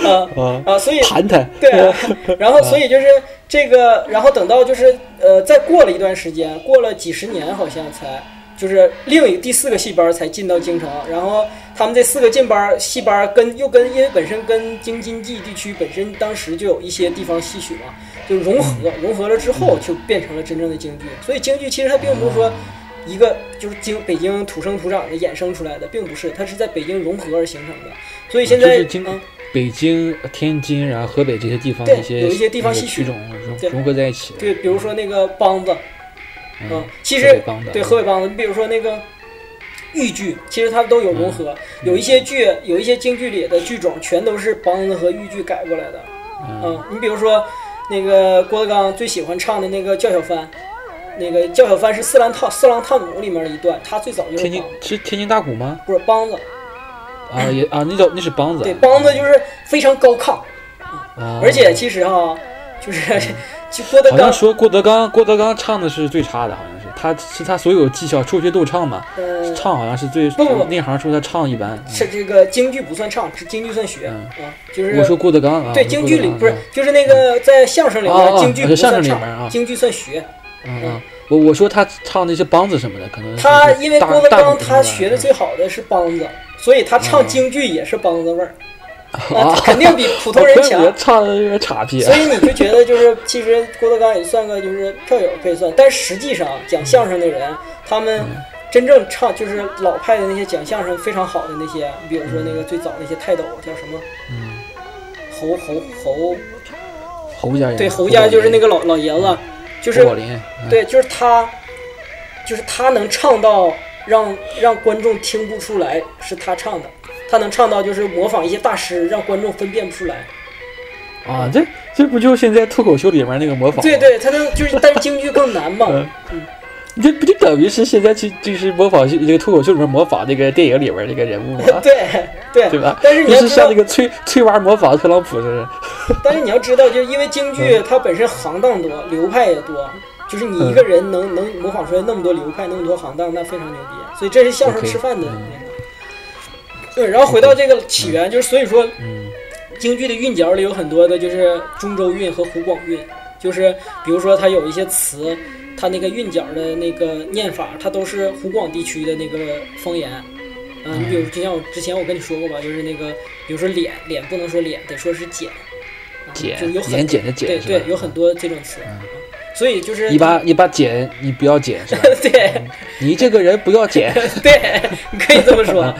[SPEAKER 6] 啊
[SPEAKER 7] 啊！所以
[SPEAKER 6] 盘他，
[SPEAKER 7] 对
[SPEAKER 6] (laughs)
[SPEAKER 7] 啊，然后所以就是这个，然后等到就是呃，再过了一段时间，过了几十年，好像才就是另一第四个戏班儿才进到京城，然后他们这四个进班儿戏班儿跟又跟因为本身跟京津冀地区本身当时就有一些地方戏曲嘛，就融
[SPEAKER 6] 嗯
[SPEAKER 7] 合融合了之后就变成了真正的京剧，所以京剧其实它并不是
[SPEAKER 6] 哦
[SPEAKER 7] 说。一个就是京北京土生土长的衍生出来的，并不是，它是在北京融合而形成的。所以现
[SPEAKER 6] 啊就
[SPEAKER 7] 在，
[SPEAKER 6] 是京
[SPEAKER 7] 嗯
[SPEAKER 6] 北京、天津，然后河北这些地方
[SPEAKER 7] 对
[SPEAKER 6] 一些
[SPEAKER 7] 有一些地方
[SPEAKER 6] 那个
[SPEAKER 7] 戏曲
[SPEAKER 6] 曲种融
[SPEAKER 7] 对
[SPEAKER 6] 融合在一起。
[SPEAKER 7] 对，比如说那个梆子，嗯
[SPEAKER 6] 嗯，，
[SPEAKER 7] 其
[SPEAKER 6] 河北
[SPEAKER 7] 实
[SPEAKER 6] 梆子
[SPEAKER 7] 对河北梆子，你比如说那个豫剧，其实它都有融合，
[SPEAKER 6] 嗯
[SPEAKER 7] 有一些剧，有一些京剧里的剧种全都是梆子和豫剧改过来的。
[SPEAKER 6] 嗯
[SPEAKER 7] 嗯，你比如说那个郭德纲最喜欢唱的那个《叫小番》，那个《叫小番》是四郎探四郎探母里面的一段，他最早就是
[SPEAKER 6] 天津
[SPEAKER 7] 梆子，
[SPEAKER 6] 是天津大鼓吗？
[SPEAKER 7] 不是梆子，
[SPEAKER 6] 啊也啊，那叫那是梆子。
[SPEAKER 7] 对，梆子就是非常高亢，
[SPEAKER 6] 啊，
[SPEAKER 7] 而且其实哈，就是 (laughs) 就郭德
[SPEAKER 6] 好
[SPEAKER 7] 纲
[SPEAKER 6] 像说郭德纲，郭德纲唱的是最差的，好像是他是他所有技巧初学都唱嘛，
[SPEAKER 7] 呃
[SPEAKER 6] 唱好像是最
[SPEAKER 7] 不不不
[SPEAKER 6] 内行说他唱一般。
[SPEAKER 7] 是这个京剧不算唱，是京剧算学
[SPEAKER 6] 嗯
[SPEAKER 7] 嗯，就是
[SPEAKER 6] 我说郭德纲啊，
[SPEAKER 7] 对，
[SPEAKER 6] 我说
[SPEAKER 7] 京
[SPEAKER 6] 郭
[SPEAKER 7] 剧
[SPEAKER 6] 德
[SPEAKER 7] 里
[SPEAKER 6] 纲
[SPEAKER 7] 不是
[SPEAKER 6] 啊，
[SPEAKER 7] 就是那个在相声里
[SPEAKER 6] 哦
[SPEAKER 7] 面，
[SPEAKER 6] 哦
[SPEAKER 7] 京
[SPEAKER 6] 哦
[SPEAKER 7] 剧不
[SPEAKER 6] 在相声
[SPEAKER 7] 算
[SPEAKER 6] 里
[SPEAKER 7] 唱
[SPEAKER 6] 面啊
[SPEAKER 7] 京剧算学。
[SPEAKER 6] 嗯嗯，我我说他唱那些梆子什么的，可能
[SPEAKER 7] 他
[SPEAKER 6] 是
[SPEAKER 7] 因为
[SPEAKER 6] 大
[SPEAKER 7] 郭德
[SPEAKER 6] 大
[SPEAKER 7] 纲
[SPEAKER 6] 鼓什么
[SPEAKER 7] 他学的最好的是梆子，所以他唱
[SPEAKER 6] 嗯
[SPEAKER 7] 京剧也是梆子味儿，
[SPEAKER 6] 啊
[SPEAKER 7] 那肯定
[SPEAKER 6] (laughs)
[SPEAKER 7] 比普通人强
[SPEAKER 6] 我。唱的有点啊岔劈
[SPEAKER 7] 所以你就觉得就是，其实郭德纲也算个就是票友可以算，但实际上讲相声的
[SPEAKER 6] 嗯
[SPEAKER 7] 人，他们真正唱就是老派的那些讲相声非常好的那些，比如说那
[SPEAKER 6] 嗯
[SPEAKER 7] 个最早那些泰斗叫什么，侯侯侯，
[SPEAKER 6] 嗯侯家人啊
[SPEAKER 7] 对侯家就是那个老老爷子，就是
[SPEAKER 6] 侯宝林，嗯
[SPEAKER 7] 对，就是他，就是他能唱到让让观众听不出来是他唱的，他能唱到就是模仿一些大师，让观众分辨不出来。
[SPEAKER 6] 啊，这这不就现在脱口秀里面那个模仿吗？
[SPEAKER 7] 对对，他能就是，但是京剧更难嘛。？
[SPEAKER 6] (laughs) 嗯，你这不就等于是现在去就是模仿这个脱口秀里面模仿那个电影里边这个人物吗
[SPEAKER 7] (laughs) 对对
[SPEAKER 6] 对吧？
[SPEAKER 7] 但是你
[SPEAKER 6] 就
[SPEAKER 7] 要
[SPEAKER 6] 是
[SPEAKER 7] 知道，
[SPEAKER 6] 像那个崔崔娃模仿特朗普似的，
[SPEAKER 7] (laughs) 但是你要知道，就是因为京剧它本身行当多，流派也多，就是你一个人能、能模仿出来那么多流派，那么多行当，那非常牛逼。所以这是相声
[SPEAKER 6] OK，
[SPEAKER 7] 吃饭的那个。对，然后回到这个起源，就是所以说，京剧的韵脚里有很多的，就是中州韵和湖广韵，就是比如说它有一些词，它那个韵脚的那个念法，它都是湖广地区的那个方言。啊，你比如就像我之前我跟你说过吧，就是那个，比如说脸，脸不能说脸，得说是剪，啊
[SPEAKER 6] 剪
[SPEAKER 7] 就是有很
[SPEAKER 6] 脸剪的剪
[SPEAKER 7] 对
[SPEAKER 6] 是吧嗯
[SPEAKER 7] 对，有很多这种词，所以就是
[SPEAKER 6] 你把你把剪，你不要剪是吧？
[SPEAKER 7] (laughs) 对
[SPEAKER 6] 你这个人不要
[SPEAKER 7] (laughs)
[SPEAKER 6] 剪，
[SPEAKER 7] 对，你可以这么说。
[SPEAKER 6] 嗯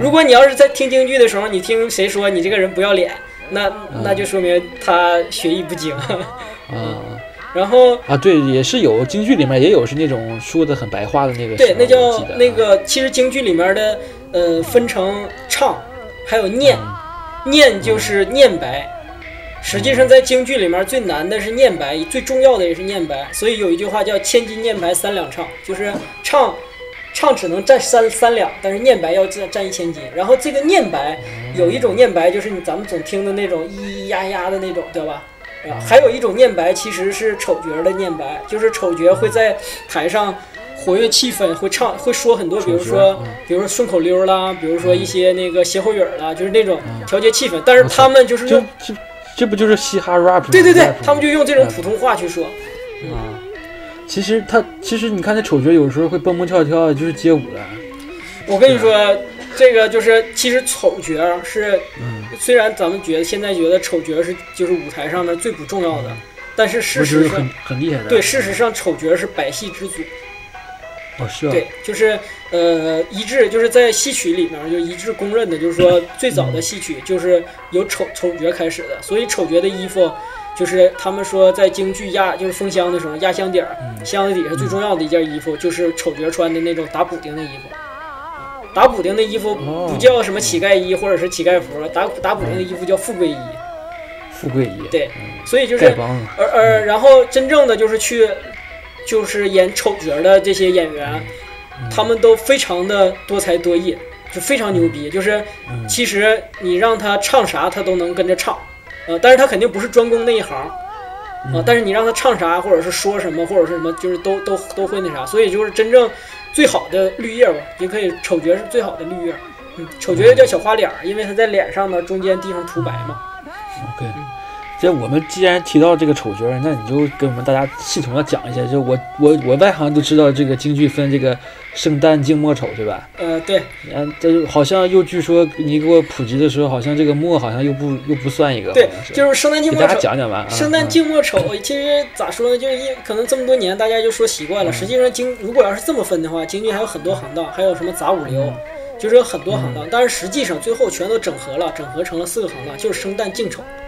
[SPEAKER 7] 如果你要是在听京剧的时候，你听谁说你这个人不要脸，那
[SPEAKER 6] 嗯
[SPEAKER 7] 那就说明他学艺不精。 (laughs)
[SPEAKER 6] 啊
[SPEAKER 7] 然后
[SPEAKER 6] 啊，对，也是有京剧里面也有是那种说的很白话的那个时候，
[SPEAKER 7] 对，那
[SPEAKER 6] 啊我
[SPEAKER 7] 叫
[SPEAKER 6] 记得
[SPEAKER 7] 那个，其实京剧里面的呃分成唱，还有念，
[SPEAKER 6] 嗯
[SPEAKER 7] 念就是念白。实际上，在京剧里面最难的是念白，最重要的也是念白。所以有一句话叫“千金念白三两唱”，就是唱唱只能占三三两，但是念白要占占一千斤。然后这个念白有一种念白就是你咱们总听的那种咿咿呀呀的那种，对吧？
[SPEAKER 6] 嗯
[SPEAKER 7] 啊，还有一种念白其实是丑角儿的念白，就是丑角会在台上活跃气氛，会唱会说很多，比如
[SPEAKER 6] 角
[SPEAKER 7] 说、
[SPEAKER 6] 嗯
[SPEAKER 7] 比如说顺口溜儿啦，比如说一些那个歇后语儿啦，就是那种
[SPEAKER 6] 嗯
[SPEAKER 7] 调节气氛。但是他们就是
[SPEAKER 6] 这
[SPEAKER 7] 用
[SPEAKER 6] 这这不就是嘻哈 rap 吗？
[SPEAKER 7] 对对对
[SPEAKER 6] rap，
[SPEAKER 7] 他们就用这种
[SPEAKER 6] 嗯嗯
[SPEAKER 7] 普通话去说。
[SPEAKER 6] 啊。其实他其实你看那丑角有时候会蹦蹦跳跳，就是街舞了。
[SPEAKER 7] 我跟你
[SPEAKER 6] 啊
[SPEAKER 7] 说，这个就是其实丑角儿是，
[SPEAKER 6] 嗯
[SPEAKER 7] 虽然咱们觉得现在觉得丑角儿是就是舞台上面最不重要的，但是
[SPEAKER 6] 我
[SPEAKER 7] 事
[SPEAKER 6] 觉
[SPEAKER 7] 实
[SPEAKER 6] 得嗯很
[SPEAKER 7] 上
[SPEAKER 6] 很厉害的。
[SPEAKER 7] 对，事实上丑角儿是百戏之祖。
[SPEAKER 6] 哦是啊，
[SPEAKER 7] 对，就是呃，一致就是在戏曲里面就一致公认的，就是说最早的戏曲就是由丑丑角开始的，所以丑角的衣服就是他们说在京剧压就是封箱的时候压箱底儿，
[SPEAKER 6] 嗯
[SPEAKER 7] 箱子底下最重要的一件衣服就是丑角穿的那种打补丁的衣服。打补丁的衣服
[SPEAKER 6] 哦
[SPEAKER 7] 不叫什么乞丐衣或者是乞丐服了，打打补丁的衣服叫富贵衣。
[SPEAKER 6] 富贵衣，
[SPEAKER 7] 对，所以就是
[SPEAKER 6] 嗯丐帮啊子。
[SPEAKER 7] 而而然后真正的就是去，就是演丑角的这些演员，他们都非常的多才多艺，就非常牛逼。就是其实你让他唱啥，他都能跟着唱，呃，但是他肯定不是专攻那一行，啊、但是你让他唱啥，或者是说什么，或者是什么，就是都都都会那啥。所以就是真正最好的绿叶吧，也可以丑角是最好的绿叶。嗯，丑角又叫小花脸儿，因为他在脸上呢中间地方涂白嘛。
[SPEAKER 6] OK，这
[SPEAKER 7] 嗯
[SPEAKER 6] 我们既然提到这个丑角儿，那你就给我们大家系统的讲一下。就我我我外行都知道这个京剧分这个圣诞、静、末、丑，对吧？
[SPEAKER 7] 呃，对，
[SPEAKER 6] 嗯，这好像又据说你给我普及的时候，好像这个末好像又不又不算一个，
[SPEAKER 7] 对
[SPEAKER 6] 好像，是
[SPEAKER 7] 就是圣诞
[SPEAKER 6] 嗯
[SPEAKER 7] 静
[SPEAKER 6] 给
[SPEAKER 7] 默
[SPEAKER 6] 大家
[SPEAKER 7] 丑。
[SPEAKER 6] 讲讲吧。啊
[SPEAKER 7] 圣诞、静默丑，其实咋说呢，就是因可能这么多年大家就说习
[SPEAKER 6] 嗯
[SPEAKER 7] 惯了。实际上京如果要是这么分的话，京剧还有很多行当，还有什么杂五
[SPEAKER 6] 嗯
[SPEAKER 7] 流，就是有很多行当。但是实际上最后全都整合了，整合成了四个行当，就是生旦净丑。
[SPEAKER 6] 嗯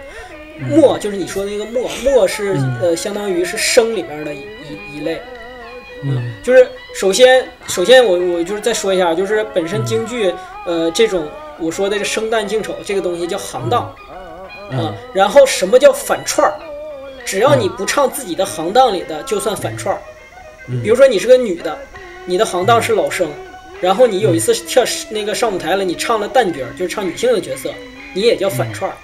[SPEAKER 7] 末就是你说的那个末，末是呃相当于是生里面的一一一类。
[SPEAKER 6] 嗯
[SPEAKER 7] 就是首先，首先我我就是再说一下，啊就是本身京剧，呃，这种我说的这生旦净丑这个东西叫行当，啊
[SPEAKER 6] 嗯，
[SPEAKER 7] 然后什么叫反串儿？只要你不唱自己的行当里的，就算反串儿。
[SPEAKER 6] 嗯
[SPEAKER 7] 比如说你是个女的，你的行当是老生，然后你有一次
[SPEAKER 6] 嗯
[SPEAKER 7] 跳那个上舞台了，你唱了旦角，就是唱女性的角色，你也叫反串儿，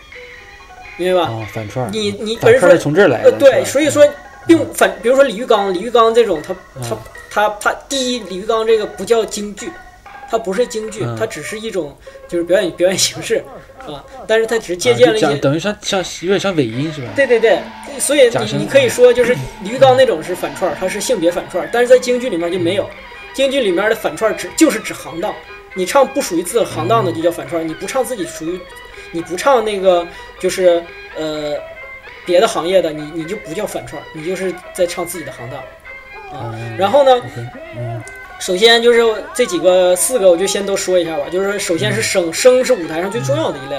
[SPEAKER 7] 明白吧？
[SPEAKER 6] 啊，反串儿，
[SPEAKER 7] 你你
[SPEAKER 6] 反
[SPEAKER 7] 本身
[SPEAKER 6] 串儿是从这儿来的。
[SPEAKER 7] 呃，
[SPEAKER 6] 是
[SPEAKER 7] 对，
[SPEAKER 6] 吧啊嗯
[SPEAKER 7] 所以说并反，比如说李玉刚，李玉刚这种，他他他他，第一，李玉刚这个不叫京剧，它不是京剧
[SPEAKER 6] 嗯，
[SPEAKER 7] 它只是一种就是表演表演形式啊，但是它只是借
[SPEAKER 6] 啊
[SPEAKER 7] 鉴
[SPEAKER 6] 就
[SPEAKER 7] 了一
[SPEAKER 6] 讲
[SPEAKER 7] 些。
[SPEAKER 6] 等于像像有点像尾音是吧？
[SPEAKER 7] 对对对，所以
[SPEAKER 6] 假声
[SPEAKER 7] 你你可以说就是李玉刚那种是反串儿，它是性别反串儿，但是在京剧里面就没有，京剧里面的反串儿指就是指行当，你唱不属于自己行
[SPEAKER 6] 嗯
[SPEAKER 7] 当的就叫反串儿，你不唱自己属于，你不唱那个就是呃别的行业的，你你就不叫反串儿，你就是在唱自己的行当啊。然后
[SPEAKER 6] 嗯
[SPEAKER 7] 呢，首先就是这几个四个，我就先都说一下吧。就是首先是生，生是舞台上最重要的一类，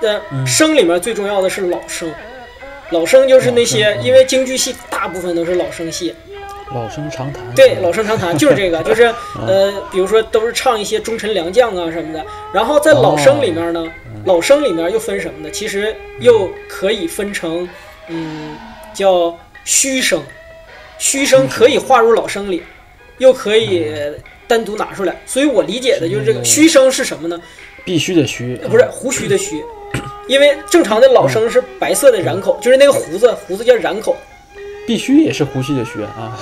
[SPEAKER 7] 但生里面最重要的是老生。老生就是那些，因为京剧戏大部分都是老生戏，
[SPEAKER 6] 老生常谈。啊
[SPEAKER 7] 对，老生常谈就是这个， (laughs) 就是呃，比如说都是唱一些忠臣良将啊什么的。然后在老生里面呢，老生里面又分什么呢？其实又可以分成，嗯，叫虚声，虚声可以划入老生里，又可以单独拿出来。所以我理解的就是这个嗯虚声嗯是什么呢？呃
[SPEAKER 6] 必须啊得虚，
[SPEAKER 7] 不是胡须的须，因为正常的老生是白色的染口，就是那个胡子，胡子叫染口。 (laughs)
[SPEAKER 6] 必须也是胡须的须啊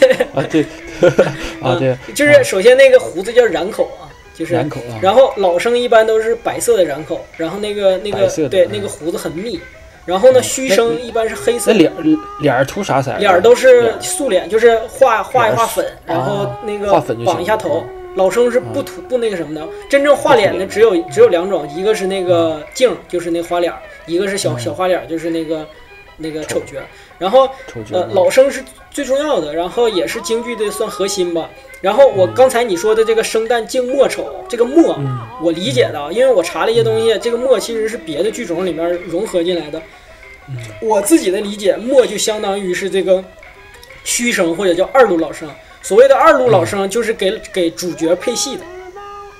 [SPEAKER 7] 对。
[SPEAKER 6] 啊
[SPEAKER 7] (laughs)
[SPEAKER 6] 对啊对，
[SPEAKER 7] 就是首先那个胡子叫染口啊，就是
[SPEAKER 6] 染口啊
[SPEAKER 7] 然后老生一般都是白色的染口，然后那个那
[SPEAKER 6] 白
[SPEAKER 7] 个
[SPEAKER 6] 色的
[SPEAKER 7] 对
[SPEAKER 6] 嗯
[SPEAKER 7] 那个胡子很密，然后呢虚生
[SPEAKER 6] 那
[SPEAKER 7] 一般是黑色
[SPEAKER 6] 那
[SPEAKER 7] 的，
[SPEAKER 6] 脸脸儿涂啥色儿？
[SPEAKER 7] 脸儿都是
[SPEAKER 6] 脸
[SPEAKER 7] 素脸，就是画画一
[SPEAKER 6] 脸
[SPEAKER 7] 画
[SPEAKER 6] 儿
[SPEAKER 7] 粉，然后
[SPEAKER 6] 啊
[SPEAKER 7] 那个
[SPEAKER 6] 画粉就行嗯
[SPEAKER 7] 绑一下头。老生是不涂不那个什么的，真正画脸的只有只有两种，一个是那个镜，就是那花脸儿，一个是
[SPEAKER 6] 嗯
[SPEAKER 7] 小小花脸儿，就是那个那个丑角。然后
[SPEAKER 6] 丑角
[SPEAKER 7] 呃
[SPEAKER 6] 嗯
[SPEAKER 7] 老生是最重要的，然后也是京剧的算核心吧。然后我
[SPEAKER 6] 嗯
[SPEAKER 7] 刚才你说的这个生旦净末丑，这个末我理解的啊，因为我查了一些东
[SPEAKER 6] 嗯
[SPEAKER 7] 西，这个末其实是别的剧种里面融合进来的。
[SPEAKER 6] 嗯
[SPEAKER 7] 我自己的理解，末就相当于是这个虚声或者叫二路老生。所谓的二路老生，就是给、给主角配戏的，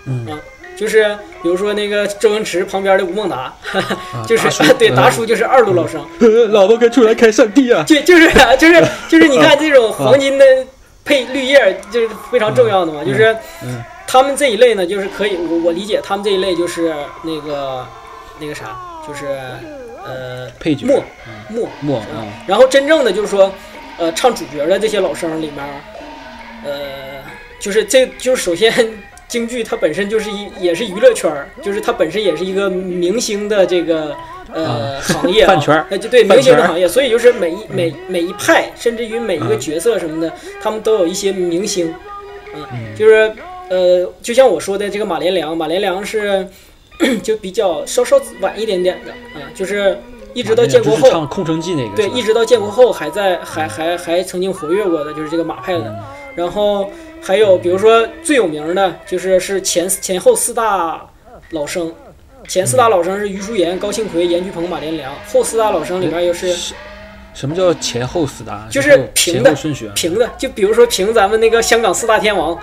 [SPEAKER 6] 嗯
[SPEAKER 7] 啊，就是比如说那个周星驰旁边的吴孟达，哈哈， (laughs) 就是、
[SPEAKER 6] 达叔
[SPEAKER 7] 对
[SPEAKER 6] 嗯
[SPEAKER 7] 达叔就是二路老生，
[SPEAKER 6] 呃 (laughs) 老婆该出来开上帝啊！
[SPEAKER 7] (laughs) 就就是啊就是就是你看这
[SPEAKER 6] (laughs)
[SPEAKER 7] 种黄金的配绿叶，就是非常重要的嘛，就是
[SPEAKER 6] 嗯
[SPEAKER 7] 他们这一类呢，就是可以我我理解他们这一类就是那个那个啥，就是呃
[SPEAKER 6] 配角
[SPEAKER 7] 默默
[SPEAKER 6] 默
[SPEAKER 7] 是吧
[SPEAKER 6] 啊
[SPEAKER 7] 嗯然后真正的就是说，呃，唱主角的这些老生里面，呃，就是这就是首先京剧它本身就是一也是娱乐圈儿，就是它本身也是一个明星的这个呃、
[SPEAKER 6] 啊
[SPEAKER 7] 行业、
[SPEAKER 6] (laughs)
[SPEAKER 7] 啊、
[SPEAKER 6] 饭圈儿
[SPEAKER 7] 呃就对
[SPEAKER 6] 饭
[SPEAKER 7] 明星
[SPEAKER 6] 圈
[SPEAKER 7] 的
[SPEAKER 6] 儿
[SPEAKER 7] 行业，所以就是每一每每一派，甚至于每一个
[SPEAKER 6] 嗯
[SPEAKER 7] 角色什么的，他们都有一些明星，嗯，就是呃，就像我说的这个马连良，马连良是 (clears throat) 就比较稍稍晚一点点的啊、就是一直到建国
[SPEAKER 6] 哎就是
[SPEAKER 7] 后
[SPEAKER 6] 唱。《空城计》那个
[SPEAKER 7] 对，
[SPEAKER 6] 是吧
[SPEAKER 7] 一直到建国后还在还还还曾经活跃过的，就是这个马派
[SPEAKER 6] 嗯
[SPEAKER 7] 的。然后还有比如说最有名的就是是前前后四大老生，前四大老生是余叔岩、高庆奎、严菊鹏、马连良，后四大老生里边又是
[SPEAKER 6] 什什么叫前后四大？
[SPEAKER 7] 就是平
[SPEAKER 6] 前
[SPEAKER 7] 的
[SPEAKER 6] 后顺序啊
[SPEAKER 7] 平的，就比如说评咱们那个香港四大天王，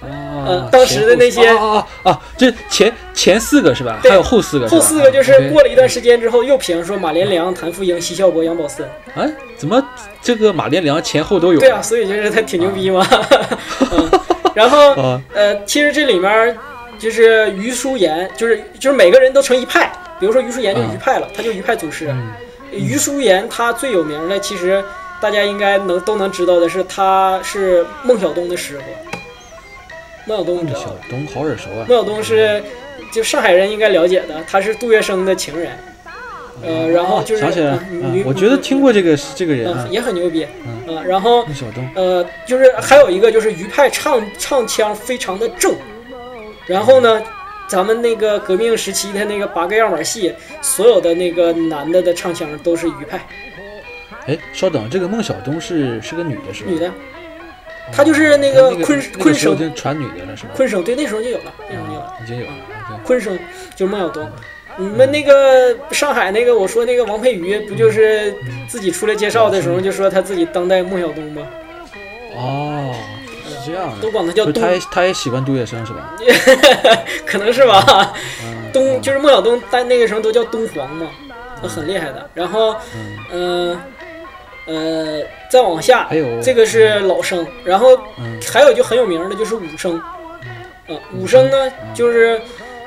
[SPEAKER 6] 啊
[SPEAKER 7] 呃，当时的那些
[SPEAKER 6] 前后啊啊啊，这前前四个是吧？还
[SPEAKER 7] 对
[SPEAKER 6] 有后四个是吧，
[SPEAKER 7] 后四个就
[SPEAKER 6] 啊
[SPEAKER 7] 是
[SPEAKER 6] ，OK
[SPEAKER 7] 过了一段时间之后又评说马连良、谭富英、奚孝伯、杨宝森。
[SPEAKER 6] 哎，怎么这个马连良前后都有？
[SPEAKER 7] 对啊，所以就是他挺牛逼嘛。 (laughs) 嗯，然后
[SPEAKER 6] 啊
[SPEAKER 7] 呃，其实这里面儿就是于淑妍，就是就是每个人都成一派。比如说于淑妍就是
[SPEAKER 6] 嗯
[SPEAKER 7] 于派了，他就于派祖师。
[SPEAKER 6] 嗯
[SPEAKER 7] 于淑妍她最有名的，其实大家应该能都能知道的是，她是孟小冬的师傅。孟小冬你知道
[SPEAKER 6] 小
[SPEAKER 7] 吧？
[SPEAKER 6] 东好耳熟啊，
[SPEAKER 7] 孟小冬是就上海人应该了解的，他是杜月笙的情人。呃，然后就是
[SPEAKER 6] 哦想起来了，
[SPEAKER 7] 嗯
[SPEAKER 6] 嗯
[SPEAKER 7] 女
[SPEAKER 6] 我觉得听过这个这个人啊
[SPEAKER 7] 嗯，，也很牛逼。
[SPEAKER 6] 嗯
[SPEAKER 7] 嗯，然后
[SPEAKER 6] 孟小冬，
[SPEAKER 7] 呃，就是还有一个就是余派唱唱腔非常的正，然后呢，咱们那个革命时期的那个八个样板戏，所有的那个男的的唱腔都是余派，
[SPEAKER 6] 哎，稍等，这个孟小冬是是个女的是吧？
[SPEAKER 7] 女的，她就是那
[SPEAKER 6] 个
[SPEAKER 7] 个昆
[SPEAKER 6] 哦那
[SPEAKER 7] 昆
[SPEAKER 6] 时候
[SPEAKER 7] 生
[SPEAKER 6] 就传女的了是吧？
[SPEAKER 7] 昆嗯声，对，那时候就有了，那时候就有了
[SPEAKER 6] 啊，已经有了，OK，
[SPEAKER 7] 昆声，就是孟小冬。你
[SPEAKER 6] 嗯
[SPEAKER 7] 们那个上海那个我说那个王佩瑜，不就是
[SPEAKER 6] 嗯
[SPEAKER 7] 自己出来介绍的时候就说他自己当代孟小冬吗？
[SPEAKER 6] 哦，是这样的，
[SPEAKER 7] 都管他叫嗯
[SPEAKER 6] 不是
[SPEAKER 7] 冬
[SPEAKER 6] 他也他也喜欢杜月笙是吧？
[SPEAKER 7] (laughs) 可能是吧。
[SPEAKER 6] 嗯
[SPEAKER 7] 东
[SPEAKER 6] 嗯
[SPEAKER 7] 就是孟小冬，但那个时候都叫东皇嘛，那很厉害的。然后，嗯、呃，再往下，
[SPEAKER 6] 还有
[SPEAKER 7] 这个是老生，然后
[SPEAKER 6] 嗯
[SPEAKER 7] 还有就很有名的就是武生，嗯、武生呢就是，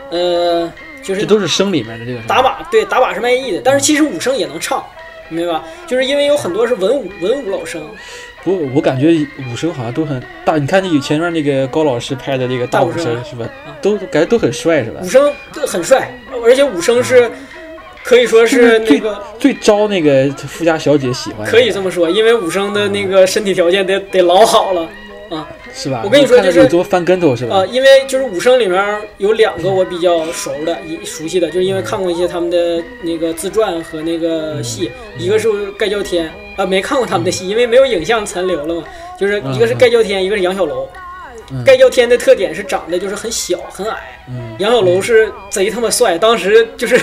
[SPEAKER 7] 呃，就
[SPEAKER 6] 这
[SPEAKER 7] 是
[SPEAKER 6] 都是嗯生里面的这个是吧
[SPEAKER 7] 打靶，对，打靶是卖艺的，但是其实武生也能唱，明白吧？就是因为有很多是文武文武老生，
[SPEAKER 6] 不，我感觉武生好像都很大。你看那有前面那个高老师拍的那个大
[SPEAKER 7] 大武
[SPEAKER 6] 武生
[SPEAKER 7] 生啊
[SPEAKER 6] 是吧？都感觉都很帅是吧
[SPEAKER 7] 武？生很帅，而且武生是可以说
[SPEAKER 6] 就是最
[SPEAKER 7] 那个。
[SPEAKER 6] 最招那个富家小姐喜欢，
[SPEAKER 7] 可以这么说，
[SPEAKER 6] 嗯
[SPEAKER 7] 因为武生的那个身体条件得得老好了啊
[SPEAKER 6] 是吧？
[SPEAKER 7] 我跟你说
[SPEAKER 6] 看着
[SPEAKER 7] 就是
[SPEAKER 6] 有多翻跟头是吧
[SPEAKER 7] 啊！？因为就是武生里面有两个我比较熟的、一熟悉的，就是因为看过一些他们的那个自传和那个戏，
[SPEAKER 6] 嗯
[SPEAKER 7] 一个是盖叫天啊，没看过他们的戏，因为没有影像残留了嘛。就是一个是
[SPEAKER 6] 嗯嗯
[SPEAKER 7] 盖叫天，一个是杨小楼。
[SPEAKER 6] 嗯
[SPEAKER 7] 盖叫天的特点是长得就是很小很矮，
[SPEAKER 6] 嗯，
[SPEAKER 7] 杨小楼是贼他妈帅，当时
[SPEAKER 6] (laughs)
[SPEAKER 7] 就是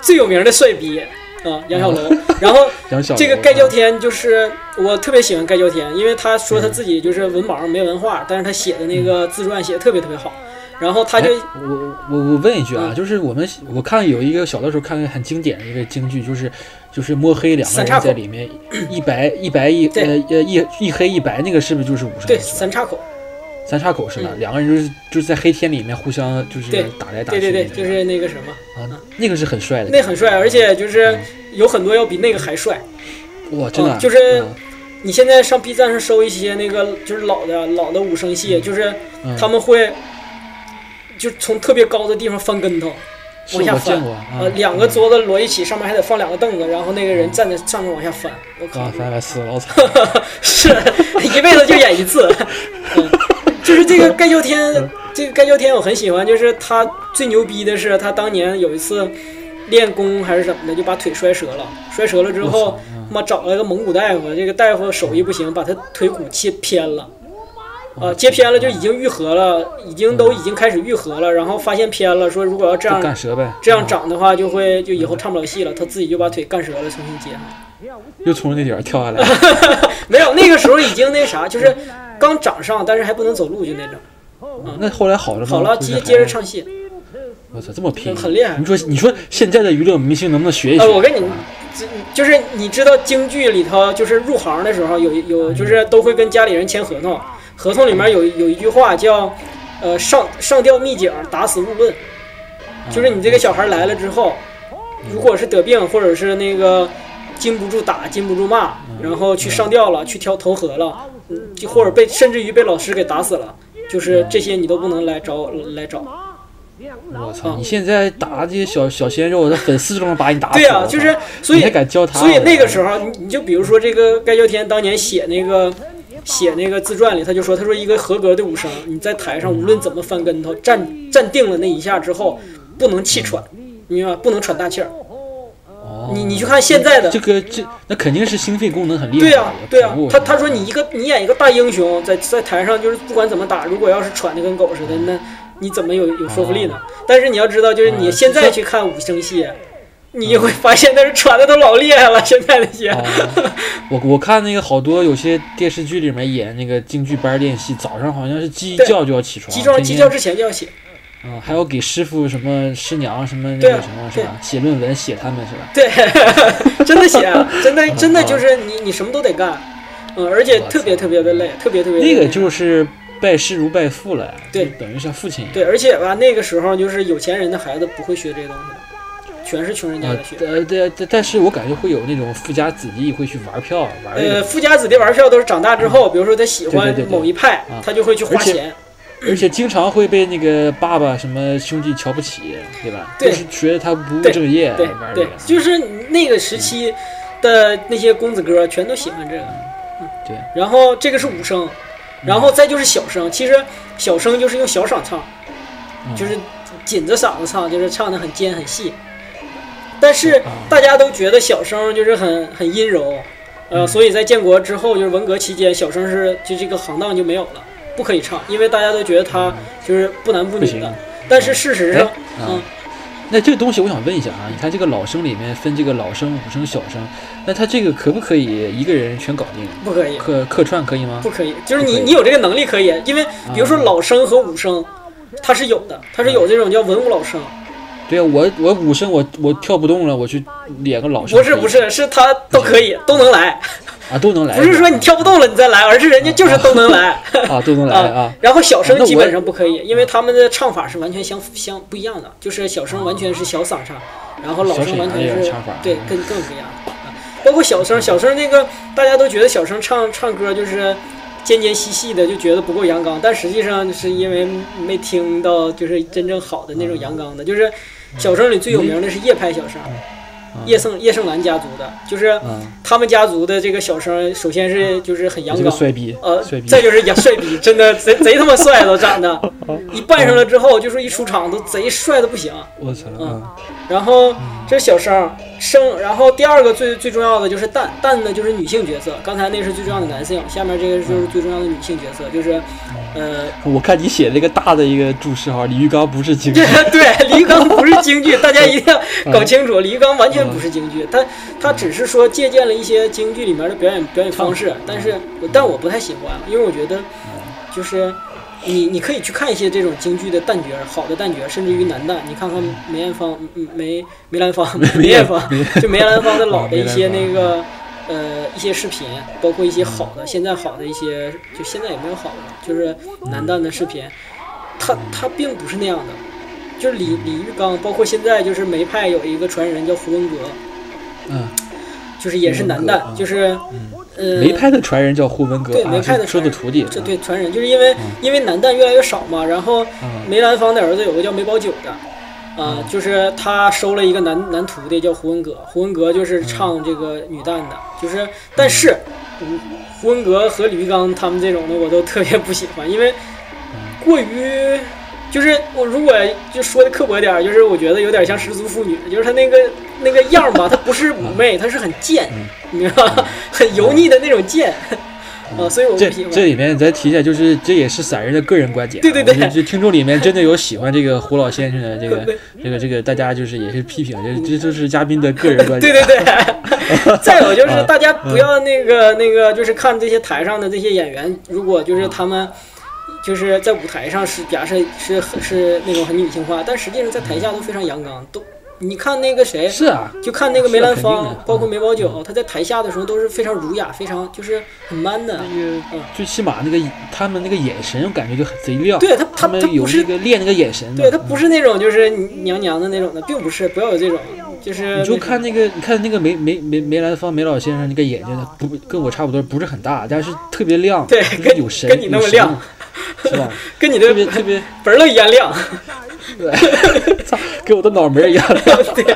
[SPEAKER 7] 最有名的帅逼啊，杨小楼。 (laughs) 然后
[SPEAKER 6] 嗯 (laughs) 杨小嗯
[SPEAKER 7] 这个
[SPEAKER 6] 楼
[SPEAKER 7] 盖叫天就是我特别喜欢盖叫天，因为他说
[SPEAKER 6] 嗯
[SPEAKER 7] 他自己就是文盲没文化，但是他写的那个自传写的特别特别好。然后他
[SPEAKER 6] 哎
[SPEAKER 7] 就，
[SPEAKER 6] 我我我问一句啊，
[SPEAKER 7] 嗯
[SPEAKER 6] 就是我们我看有一个小的时候看个很经典的一个京剧，就是就是摸黑两个
[SPEAKER 7] 三岔
[SPEAKER 6] 人
[SPEAKER 7] 口
[SPEAKER 6] 在里面，一白一白一
[SPEAKER 7] 对
[SPEAKER 6] 呃呃一一黑一白，那个是不是就是武生？
[SPEAKER 7] 对
[SPEAKER 6] 是吧
[SPEAKER 7] 三岔口，
[SPEAKER 6] 三岔口是吧？两个人就是就是在黑天里面互相就是
[SPEAKER 7] 对
[SPEAKER 6] 打来打
[SPEAKER 7] 对
[SPEAKER 6] 哎去那种，
[SPEAKER 7] 对对，就是那个什么，
[SPEAKER 6] 啊，那个是很帅的，啊
[SPEAKER 7] 那很帅，而且就是
[SPEAKER 6] 嗯
[SPEAKER 7] 有很多要比那个还帅。
[SPEAKER 6] 哇，真的啊、
[SPEAKER 7] 嗯就是
[SPEAKER 6] 嗯
[SPEAKER 7] 你现在上 B 站上搜一些那个就是老的老的武生戏，就是
[SPEAKER 6] 嗯
[SPEAKER 7] 他们会就从特别高的地方翻跟头，
[SPEAKER 6] 是
[SPEAKER 7] 往下
[SPEAKER 6] 我
[SPEAKER 7] 翻
[SPEAKER 6] 见过啊，
[SPEAKER 7] 呃，两个桌子摞一起，上面还得放两个凳子，然后那个人站在上面往下翻，我靠
[SPEAKER 6] 嗯啊，，翻来撕
[SPEAKER 7] (laughs)
[SPEAKER 6] 老惨，
[SPEAKER 7] 是一辈子就演一
[SPEAKER 6] (laughs)
[SPEAKER 7] 次。嗯，就是这个
[SPEAKER 6] 嗯
[SPEAKER 7] 盖叫天，这个盖叫天我很喜欢，就是他最牛逼的是他当年有一次练功还是怎么的，就把腿摔折了，摔折了之
[SPEAKER 6] 我
[SPEAKER 7] 后
[SPEAKER 6] 操嗯，
[SPEAKER 7] 他妈找了个蒙古大夫，这个大夫手艺不行，把他腿骨切偏了。
[SPEAKER 6] 哦
[SPEAKER 7] 啊，切偏了就已经愈合了，已经都已经开始愈合了，然后发现偏了，说如果要这
[SPEAKER 6] 嗯就
[SPEAKER 7] 样
[SPEAKER 6] 干哦嗯折呗，
[SPEAKER 7] 嗯
[SPEAKER 6] 啊
[SPEAKER 7] 这样长的话，就会就以后唱不了戏了，他自己就把腿干折了，重新接上。
[SPEAKER 6] 又从那点儿跳下
[SPEAKER 7] (laughs)
[SPEAKER 6] 来，
[SPEAKER 7] 没有，那个时候已经那啥，就是刚长上，但是还不能走路，就那种。
[SPEAKER 6] 那后来好了吗？
[SPEAKER 7] 好了，
[SPEAKER 6] 就是
[SPEAKER 7] 接
[SPEAKER 6] 还
[SPEAKER 7] 接着，唱戏。
[SPEAKER 6] 我操，这么拼，啊
[SPEAKER 7] 很厉害
[SPEAKER 6] 你说你说现在的娱乐明星能不能学一学？
[SPEAKER 7] 呃，我跟你，这就是你知道京剧里头，就是入行的时候有有就是都会跟家里人签合同，合同里面有有一句话叫，呃，上上吊秘警，打死勿论，就是你这个小孩来了之后，如果是得病或者是那个禁不住打、禁不住骂，然后去上吊了、去挑投河了，嗯就或者被甚至于被老师给打死了，就是这些你都不能来找我来找。
[SPEAKER 6] 我操！你现在打这些小小鲜肉，他粉丝都能把你打死。
[SPEAKER 7] 对呀、
[SPEAKER 6] 我操
[SPEAKER 7] 就是所以
[SPEAKER 6] 你还敢教他？
[SPEAKER 7] 所以那个
[SPEAKER 6] 候，
[SPEAKER 7] 时候，你你就比如说这个盖叫天当年写那个写那个自传里，他就说，他说一个合格的武生，你在台上无论怎么翻跟头，站站定了那一下之后，不能气喘，你明白吧？不能喘大气儿。
[SPEAKER 6] 哦
[SPEAKER 7] 你你去看现在的
[SPEAKER 6] 这，个这那肯定是心肺功能很厉害。
[SPEAKER 7] 对呀、对呀、
[SPEAKER 6] 服务
[SPEAKER 7] 他他说你一个你演一个大英雄，在在台上就是不管怎么打，如果要是喘的跟狗似的，那你怎么有有说服力
[SPEAKER 6] 啊
[SPEAKER 7] 呢？但是你要知道，就是你
[SPEAKER 6] 嗯
[SPEAKER 7] 现在去看武生戏，你会发现那是喘的都老厉害
[SPEAKER 6] 啊
[SPEAKER 7] 了，现在那些。
[SPEAKER 6] 哦我我看那个好多有些电视剧里面演那个京剧班练戏，早上好像是鸡
[SPEAKER 7] 对
[SPEAKER 6] 叫就要起床，
[SPEAKER 7] 鸡壮
[SPEAKER 6] 天
[SPEAKER 7] 鸡
[SPEAKER 6] 天
[SPEAKER 7] 叫之前就要写，
[SPEAKER 6] 嗯，还要给师傅什么师娘什么那
[SPEAKER 7] 对啊
[SPEAKER 6] 个什么是吧？写论文写他们是吧？
[SPEAKER 7] 对， (laughs) 真的写，啊
[SPEAKER 6] (laughs)
[SPEAKER 7] 真
[SPEAKER 6] 啊
[SPEAKER 7] 的真的就是你你什么都得干，嗯，而且特别特别的累，特别特别地累
[SPEAKER 6] 那个就是拜师如拜父了呀，
[SPEAKER 7] 对
[SPEAKER 6] 就等于像父亲一样。
[SPEAKER 7] 对，而且吧，那个时候就是有钱人的孩子不会学这些东西的，全是穷人家
[SPEAKER 6] 啊
[SPEAKER 7] 的学。
[SPEAKER 6] 呃，对，但但是我感觉会有那种富家子弟会去玩票玩这
[SPEAKER 7] 呃，
[SPEAKER 6] 个，嗯
[SPEAKER 7] 富家子弟玩票都是长大之后，比如说他喜欢
[SPEAKER 6] 对对对对
[SPEAKER 7] 某一派
[SPEAKER 6] 啊，
[SPEAKER 7] 他就会去花
[SPEAKER 6] 而且
[SPEAKER 7] 钱。
[SPEAKER 6] 而且经常会被那个爸爸什么兄弟瞧不起，对吧？
[SPEAKER 7] 对
[SPEAKER 6] 就是觉得他不务
[SPEAKER 7] 对
[SPEAKER 6] 正业，
[SPEAKER 7] 对
[SPEAKER 6] 玩这
[SPEAKER 7] 对
[SPEAKER 6] 个，，
[SPEAKER 7] 就是那个时期的那些公子哥全都喜欢这个。
[SPEAKER 6] 对，
[SPEAKER 7] 然后这个是武生，
[SPEAKER 6] 嗯
[SPEAKER 7] 然后再就是小生。其实小生就是用小嗓唱，
[SPEAKER 6] 嗯
[SPEAKER 7] 就是紧着嗓子唱，就是唱的很尖很细。但是
[SPEAKER 6] 啊
[SPEAKER 7] 大家都觉得小生就是很很阴柔，呃，
[SPEAKER 6] 嗯
[SPEAKER 7] 所以在建国之后，就是文革期间，小生是就这个行当就没有了，不可以唱，因为大家都觉得他就是不男
[SPEAKER 6] 嗯
[SPEAKER 7] 不
[SPEAKER 6] 不
[SPEAKER 7] 女
[SPEAKER 6] 行
[SPEAKER 7] 的。但是事实上
[SPEAKER 6] 哎，
[SPEAKER 7] 嗯
[SPEAKER 6] 啊，那这个东西我想问一下啊，你看这个老生里面分这个老生、武生、小生，那他这个可不可以一个人全搞定？
[SPEAKER 7] 不可以。
[SPEAKER 6] 客客串嗯可以吗
[SPEAKER 7] 不？可以，就是你
[SPEAKER 6] 不可以嗯
[SPEAKER 7] 你有这个能力可以，因为比如说老生和武生，他是有的，他是有这种叫文武老生，
[SPEAKER 6] 对啊，我我武生我我跳不动了，我去演个老生可
[SPEAKER 7] 不
[SPEAKER 6] 以
[SPEAKER 7] 是
[SPEAKER 6] 吗。
[SPEAKER 7] 不是，是他都可
[SPEAKER 6] 嗯
[SPEAKER 7] 以都能来，
[SPEAKER 6] 啊，都能来。
[SPEAKER 7] 不是说你跳不动了你再来，而是人家就是都能来
[SPEAKER 6] 啊都能来啊。
[SPEAKER 7] 然后小
[SPEAKER 6] 啊
[SPEAKER 7] 生
[SPEAKER 6] 那我
[SPEAKER 7] 基本上不可以，因为他们的唱法是完全相相不一样的，就是小生完全是小嗓唱，然后老
[SPEAKER 6] 小
[SPEAKER 7] 生
[SPEAKER 6] 沈
[SPEAKER 7] 完
[SPEAKER 6] 阳
[SPEAKER 7] 全
[SPEAKER 6] 那种
[SPEAKER 7] 是
[SPEAKER 6] 唱法
[SPEAKER 7] 对
[SPEAKER 6] 嗯
[SPEAKER 7] 跟更不一样的。啊包括小生，小生那个大家都觉得小生唱唱歌就是尖尖细细的，就觉得不够阳刚，但实际上是因为没听到就是真正好的那种阳刚的，就是小生里最有名的是叶派小生，叶盛叶盛兰家族的，就是
[SPEAKER 6] 嗯
[SPEAKER 7] 他们家族的这个小生，首先是就是很阳
[SPEAKER 6] 这个
[SPEAKER 7] 刚，
[SPEAKER 6] 帅逼，
[SPEAKER 7] 呃
[SPEAKER 6] 帅，逼，
[SPEAKER 7] 再就是也帅逼，真的贼贼他妈帅都长得，
[SPEAKER 6] 哦
[SPEAKER 7] 一扮上了之后，就说一出场都贼帅的不行。
[SPEAKER 6] 我操，
[SPEAKER 7] 嗯然后这是小生生，然后第二个最最重要的就是蛋蛋呢，就是女性角色。刚才那是最重要的男性，下面这个就是最重要的女性角色，就是呃，
[SPEAKER 6] 嗯，我看你写了一个大的一个注释哈，李玉刚不是京剧
[SPEAKER 7] 这， (laughs) 对李玉刚不是京剧，大家一 (laughs) 定要搞清楚，李玉刚完全不是京剧，他他只是说借鉴了一些京剧里面的表演表演方式，但是我但我不太喜欢，因为我觉得就是你你可以去看一些这种京剧的旦角，好的旦角，甚至于男旦，你看看梅艳芳、嗯梅梅兰芳、 (laughs) 梅艳芳，就梅兰芳的老的一些那个。呃，一些视频，包括一些好的，现在好的一些，就现在也没有好的了，就是男旦的视频，他他并不是那样的，就是李李玉刚，包括现在就是梅派有一个传人叫胡文阁，
[SPEAKER 6] 嗯，
[SPEAKER 7] 就是也是男旦，
[SPEAKER 6] 嗯
[SPEAKER 7] 就是呃
[SPEAKER 6] 梅派的传人叫胡文阁，
[SPEAKER 7] 对
[SPEAKER 6] 啊
[SPEAKER 7] 梅派的
[SPEAKER 6] 是收的徒弟，
[SPEAKER 7] 这
[SPEAKER 6] 啊
[SPEAKER 7] 对传人，就是因为因为男旦越来越少嘛，然后
[SPEAKER 6] 嗯
[SPEAKER 7] 梅兰芳的儿子有个叫梅葆玖的。啊、就是他收了一个男男徒弟叫胡文阁，胡文阁
[SPEAKER 6] 嗯
[SPEAKER 7] 就是唱这个女旦的，就是但是嗯胡文阁和李玉刚他们这种的我都特别不喜欢，因为过于就是我如果就说的刻薄点儿，就是我觉得有点像失足妇女，就是她那个那个样儿吧，她不是妩媚，她是很贱，
[SPEAKER 6] 嗯
[SPEAKER 7] 你知道吗？ (laughs) 很油腻的那种贱，啊，所以我不
[SPEAKER 6] 嗯这
[SPEAKER 7] 喜欢。
[SPEAKER 6] 这里面咱提一下，就是这也是散人的个人观点啊。
[SPEAKER 7] 对对对
[SPEAKER 6] 我就就听众里面真的有喜欢这个胡老先生的这个
[SPEAKER 7] (laughs) 对
[SPEAKER 6] 这个这个，大家就是也是批评，这这就是嘉宾的个人观点。啊
[SPEAKER 7] 对对
[SPEAKER 6] (laughs)
[SPEAKER 7] 对， (laughs) 再有就是大家不
[SPEAKER 6] 嗯
[SPEAKER 7] 要那个那个，就是看这些台上的这些演员，如果
[SPEAKER 6] 嗯
[SPEAKER 7] 就是他们就是在舞台上是假设是很是那种很女性化，但实际上在台下都非常阳刚，都你看那个谁，
[SPEAKER 6] 是啊，
[SPEAKER 7] 就看那个梅兰
[SPEAKER 6] 是啊肯定
[SPEAKER 7] 芳
[SPEAKER 6] 的，
[SPEAKER 7] 包括梅葆玖，他在台下的时候都是非常儒雅，非常就是很 man 的。嗯
[SPEAKER 6] 最起码那个他们那个眼神，我感觉就很贼亮。
[SPEAKER 7] 对他他
[SPEAKER 6] 他们
[SPEAKER 7] 他不
[SPEAKER 6] 有
[SPEAKER 7] 是
[SPEAKER 6] 那个练那个眼神的。
[SPEAKER 7] 对他不是那种就是娘娘的那种的，并不是，不要有这种，就是
[SPEAKER 6] 你就
[SPEAKER 7] 那种
[SPEAKER 6] 看那个，你看那个梅梅梅梅兰芳梅老先生那个眼睛，不跟我差不多，不是很大，但是特别亮，
[SPEAKER 7] 对
[SPEAKER 6] 就是
[SPEAKER 7] 跟
[SPEAKER 6] 有神，
[SPEAKER 7] 跟你那么亮
[SPEAKER 6] 有神，是吧？ (laughs)
[SPEAKER 7] 跟你
[SPEAKER 6] 特
[SPEAKER 7] 的
[SPEAKER 6] 别特别，
[SPEAKER 7] 本儿都一
[SPEAKER 6] (laughs)
[SPEAKER 7] 样亮。
[SPEAKER 6] 对操，跟我的脑门儿一样亮。
[SPEAKER 7] (laughs) 对，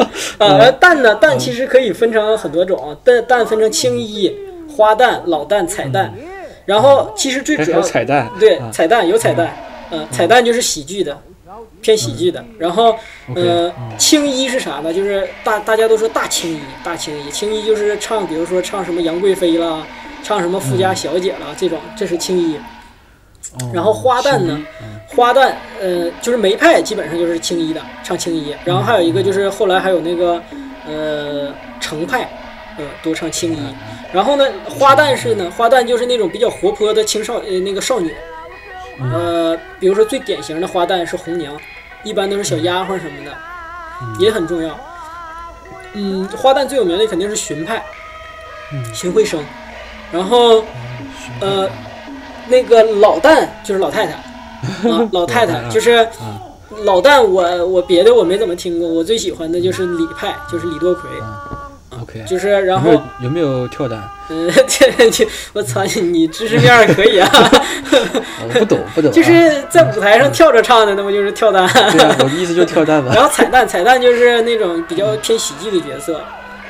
[SPEAKER 7] 啊，
[SPEAKER 6] 嗯
[SPEAKER 7] 而蛋呢？蛋其实可以分成很多种，啊蛋蛋分成青衣、花蛋、老蛋、彩蛋。 (laughs) 然后其实最
[SPEAKER 6] 还
[SPEAKER 7] 主
[SPEAKER 6] 还
[SPEAKER 7] 要
[SPEAKER 6] 有嗯彩蛋，
[SPEAKER 7] 对
[SPEAKER 6] 啊，
[SPEAKER 7] 彩蛋有彩蛋，嗯，彩蛋就是喜剧的，偏喜剧的。然后
[SPEAKER 6] 嗯 OK，
[SPEAKER 7] 呃
[SPEAKER 6] 嗯，
[SPEAKER 7] 青衣是啥呢？就是大大家都说大青衣，大青衣，青衣就是唱，比如说唱什么杨贵妃啦，唱什么富家小姐啦，这种，这是青衣。
[SPEAKER 6] 哦
[SPEAKER 7] 然后花旦呢
[SPEAKER 6] 是
[SPEAKER 7] 花旦，呃，就是梅派基本上就是青衣的，唱青衣。然后还有一个就是后来还有那个，呃，程派，呃，都唱青衣。然后呢，花旦是呢，花旦就是那种比较活泼的青少，呃，那个少女。呃，比如说最典型的花旦是红娘，一般都是小丫鬟什么的，也很重要。嗯，花旦最有名的肯定是荀派，荀慧生。然后，呃，
[SPEAKER 6] 嗯
[SPEAKER 7] 那个老旦就是老太太，啊，老太太呃就是
[SPEAKER 6] 啊
[SPEAKER 7] 老旦我。我别的我没怎么听过，我最喜欢的就是李派，就是李多奎，
[SPEAKER 6] OK，
[SPEAKER 7] 就是然
[SPEAKER 6] 有没
[SPEAKER 7] 后
[SPEAKER 6] 有有没有跳蛋？
[SPEAKER 7] 嗯，这这 (laughs) 我操，你你知识面儿可以啊，
[SPEAKER 6] 我不懂不懂啊，
[SPEAKER 7] (laughs) 就是在舞台上跳着唱的，那不就是跳单？
[SPEAKER 6] (laughs) 对啊，我的意思就是跳蛋吧
[SPEAKER 7] (laughs) 然。后彩蛋，彩蛋就是那种比较偏喜剧的角色，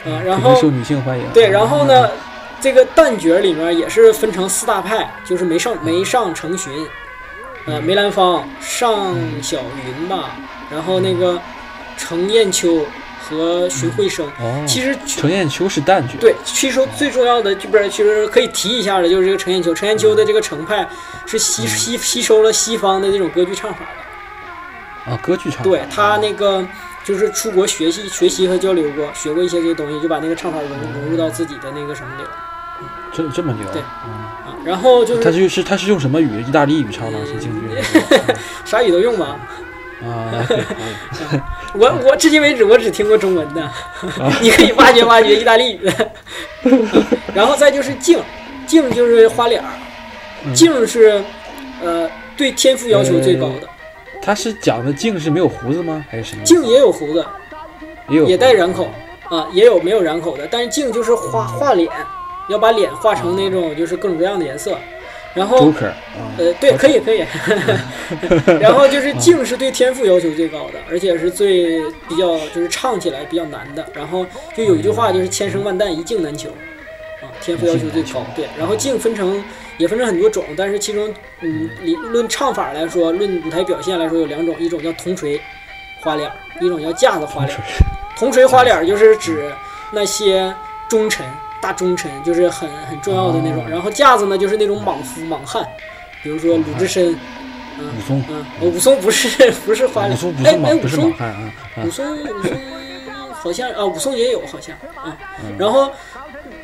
[SPEAKER 7] 嗯，然
[SPEAKER 6] 肯
[SPEAKER 7] 后
[SPEAKER 6] 定受女性欢迎。啊嗯
[SPEAKER 7] 对，然后呢，这个旦角里面也是分成四大派，就是梅上梅上成群，呃，梅兰芳、尚小云吧，然后那个程砚秋和荀慧生。
[SPEAKER 6] 哦
[SPEAKER 7] 其实
[SPEAKER 6] 程砚秋是旦角，
[SPEAKER 7] 对，其实最重要的这边其实可以提一下的，就是这个程砚秋。程砚秋的这个程派是
[SPEAKER 6] 嗯
[SPEAKER 7] 吸吸吸收了西方的这种歌剧唱法的。
[SPEAKER 6] 啊，歌剧唱
[SPEAKER 7] 对他那个就是出国学习、学习和交流过，学过一些这些东西，就把那个唱法融融入到自己的那个什么里了
[SPEAKER 6] 这这么牛，
[SPEAKER 7] 对
[SPEAKER 6] 嗯
[SPEAKER 7] 啊。然后就
[SPEAKER 6] 他
[SPEAKER 7] 是
[SPEAKER 6] 就是他是用什么语？意大利语
[SPEAKER 7] 嗯
[SPEAKER 6] 唱的是京剧
[SPEAKER 7] 啥语都用吧。
[SPEAKER 6] 啊
[SPEAKER 7] (laughs)
[SPEAKER 6] 对
[SPEAKER 7] 我我至今为止我只听过中文的， (laughs) 你可以挖掘挖掘意大利语的。 (laughs) 然后再就是镜，镜就是花脸儿，镜是呃对天赋要求最高的。
[SPEAKER 6] 他是讲的净是没有胡子吗？还是什么？
[SPEAKER 7] 镜也有胡子，
[SPEAKER 6] 也有
[SPEAKER 7] 也带
[SPEAKER 6] 胡子
[SPEAKER 7] 染口啊，也有没有染口的，但是镜就是画画脸，要把脸画成那种就是各种各样的颜色，然后。
[SPEAKER 6] ，Joker 啊，
[SPEAKER 7] 呃，对，可以可 (laughs) 以。然后就是静是对天赋要求最高的，而且是最比较就是唱起来比较难的。然后就有一句话就是千生万旦一静难求，啊，天赋要求最高。对，然后静分成也分成很多种，但是其中嗯，理论唱法来说，论舞台表现来说有两种，一种叫铜锤花脸儿，一种叫架子花脸儿。铜锤花脸儿就是指那些忠臣。大忠臣就是很很重要的那种，
[SPEAKER 6] 哦
[SPEAKER 7] 然后架子呢就是那种莽夫莽汉，比如说鲁智深，嗯
[SPEAKER 6] 武松
[SPEAKER 7] 嗯，呃武松不是 (laughs) 不是花
[SPEAKER 6] 武
[SPEAKER 7] 脸，
[SPEAKER 6] 松不
[SPEAKER 7] 哎
[SPEAKER 6] 是
[SPEAKER 7] 哎，
[SPEAKER 6] 莽
[SPEAKER 7] 武
[SPEAKER 6] 不是
[SPEAKER 7] 松
[SPEAKER 6] 莽汉啊啊
[SPEAKER 7] 武，松武松好像啊，武松也有好像啊，然后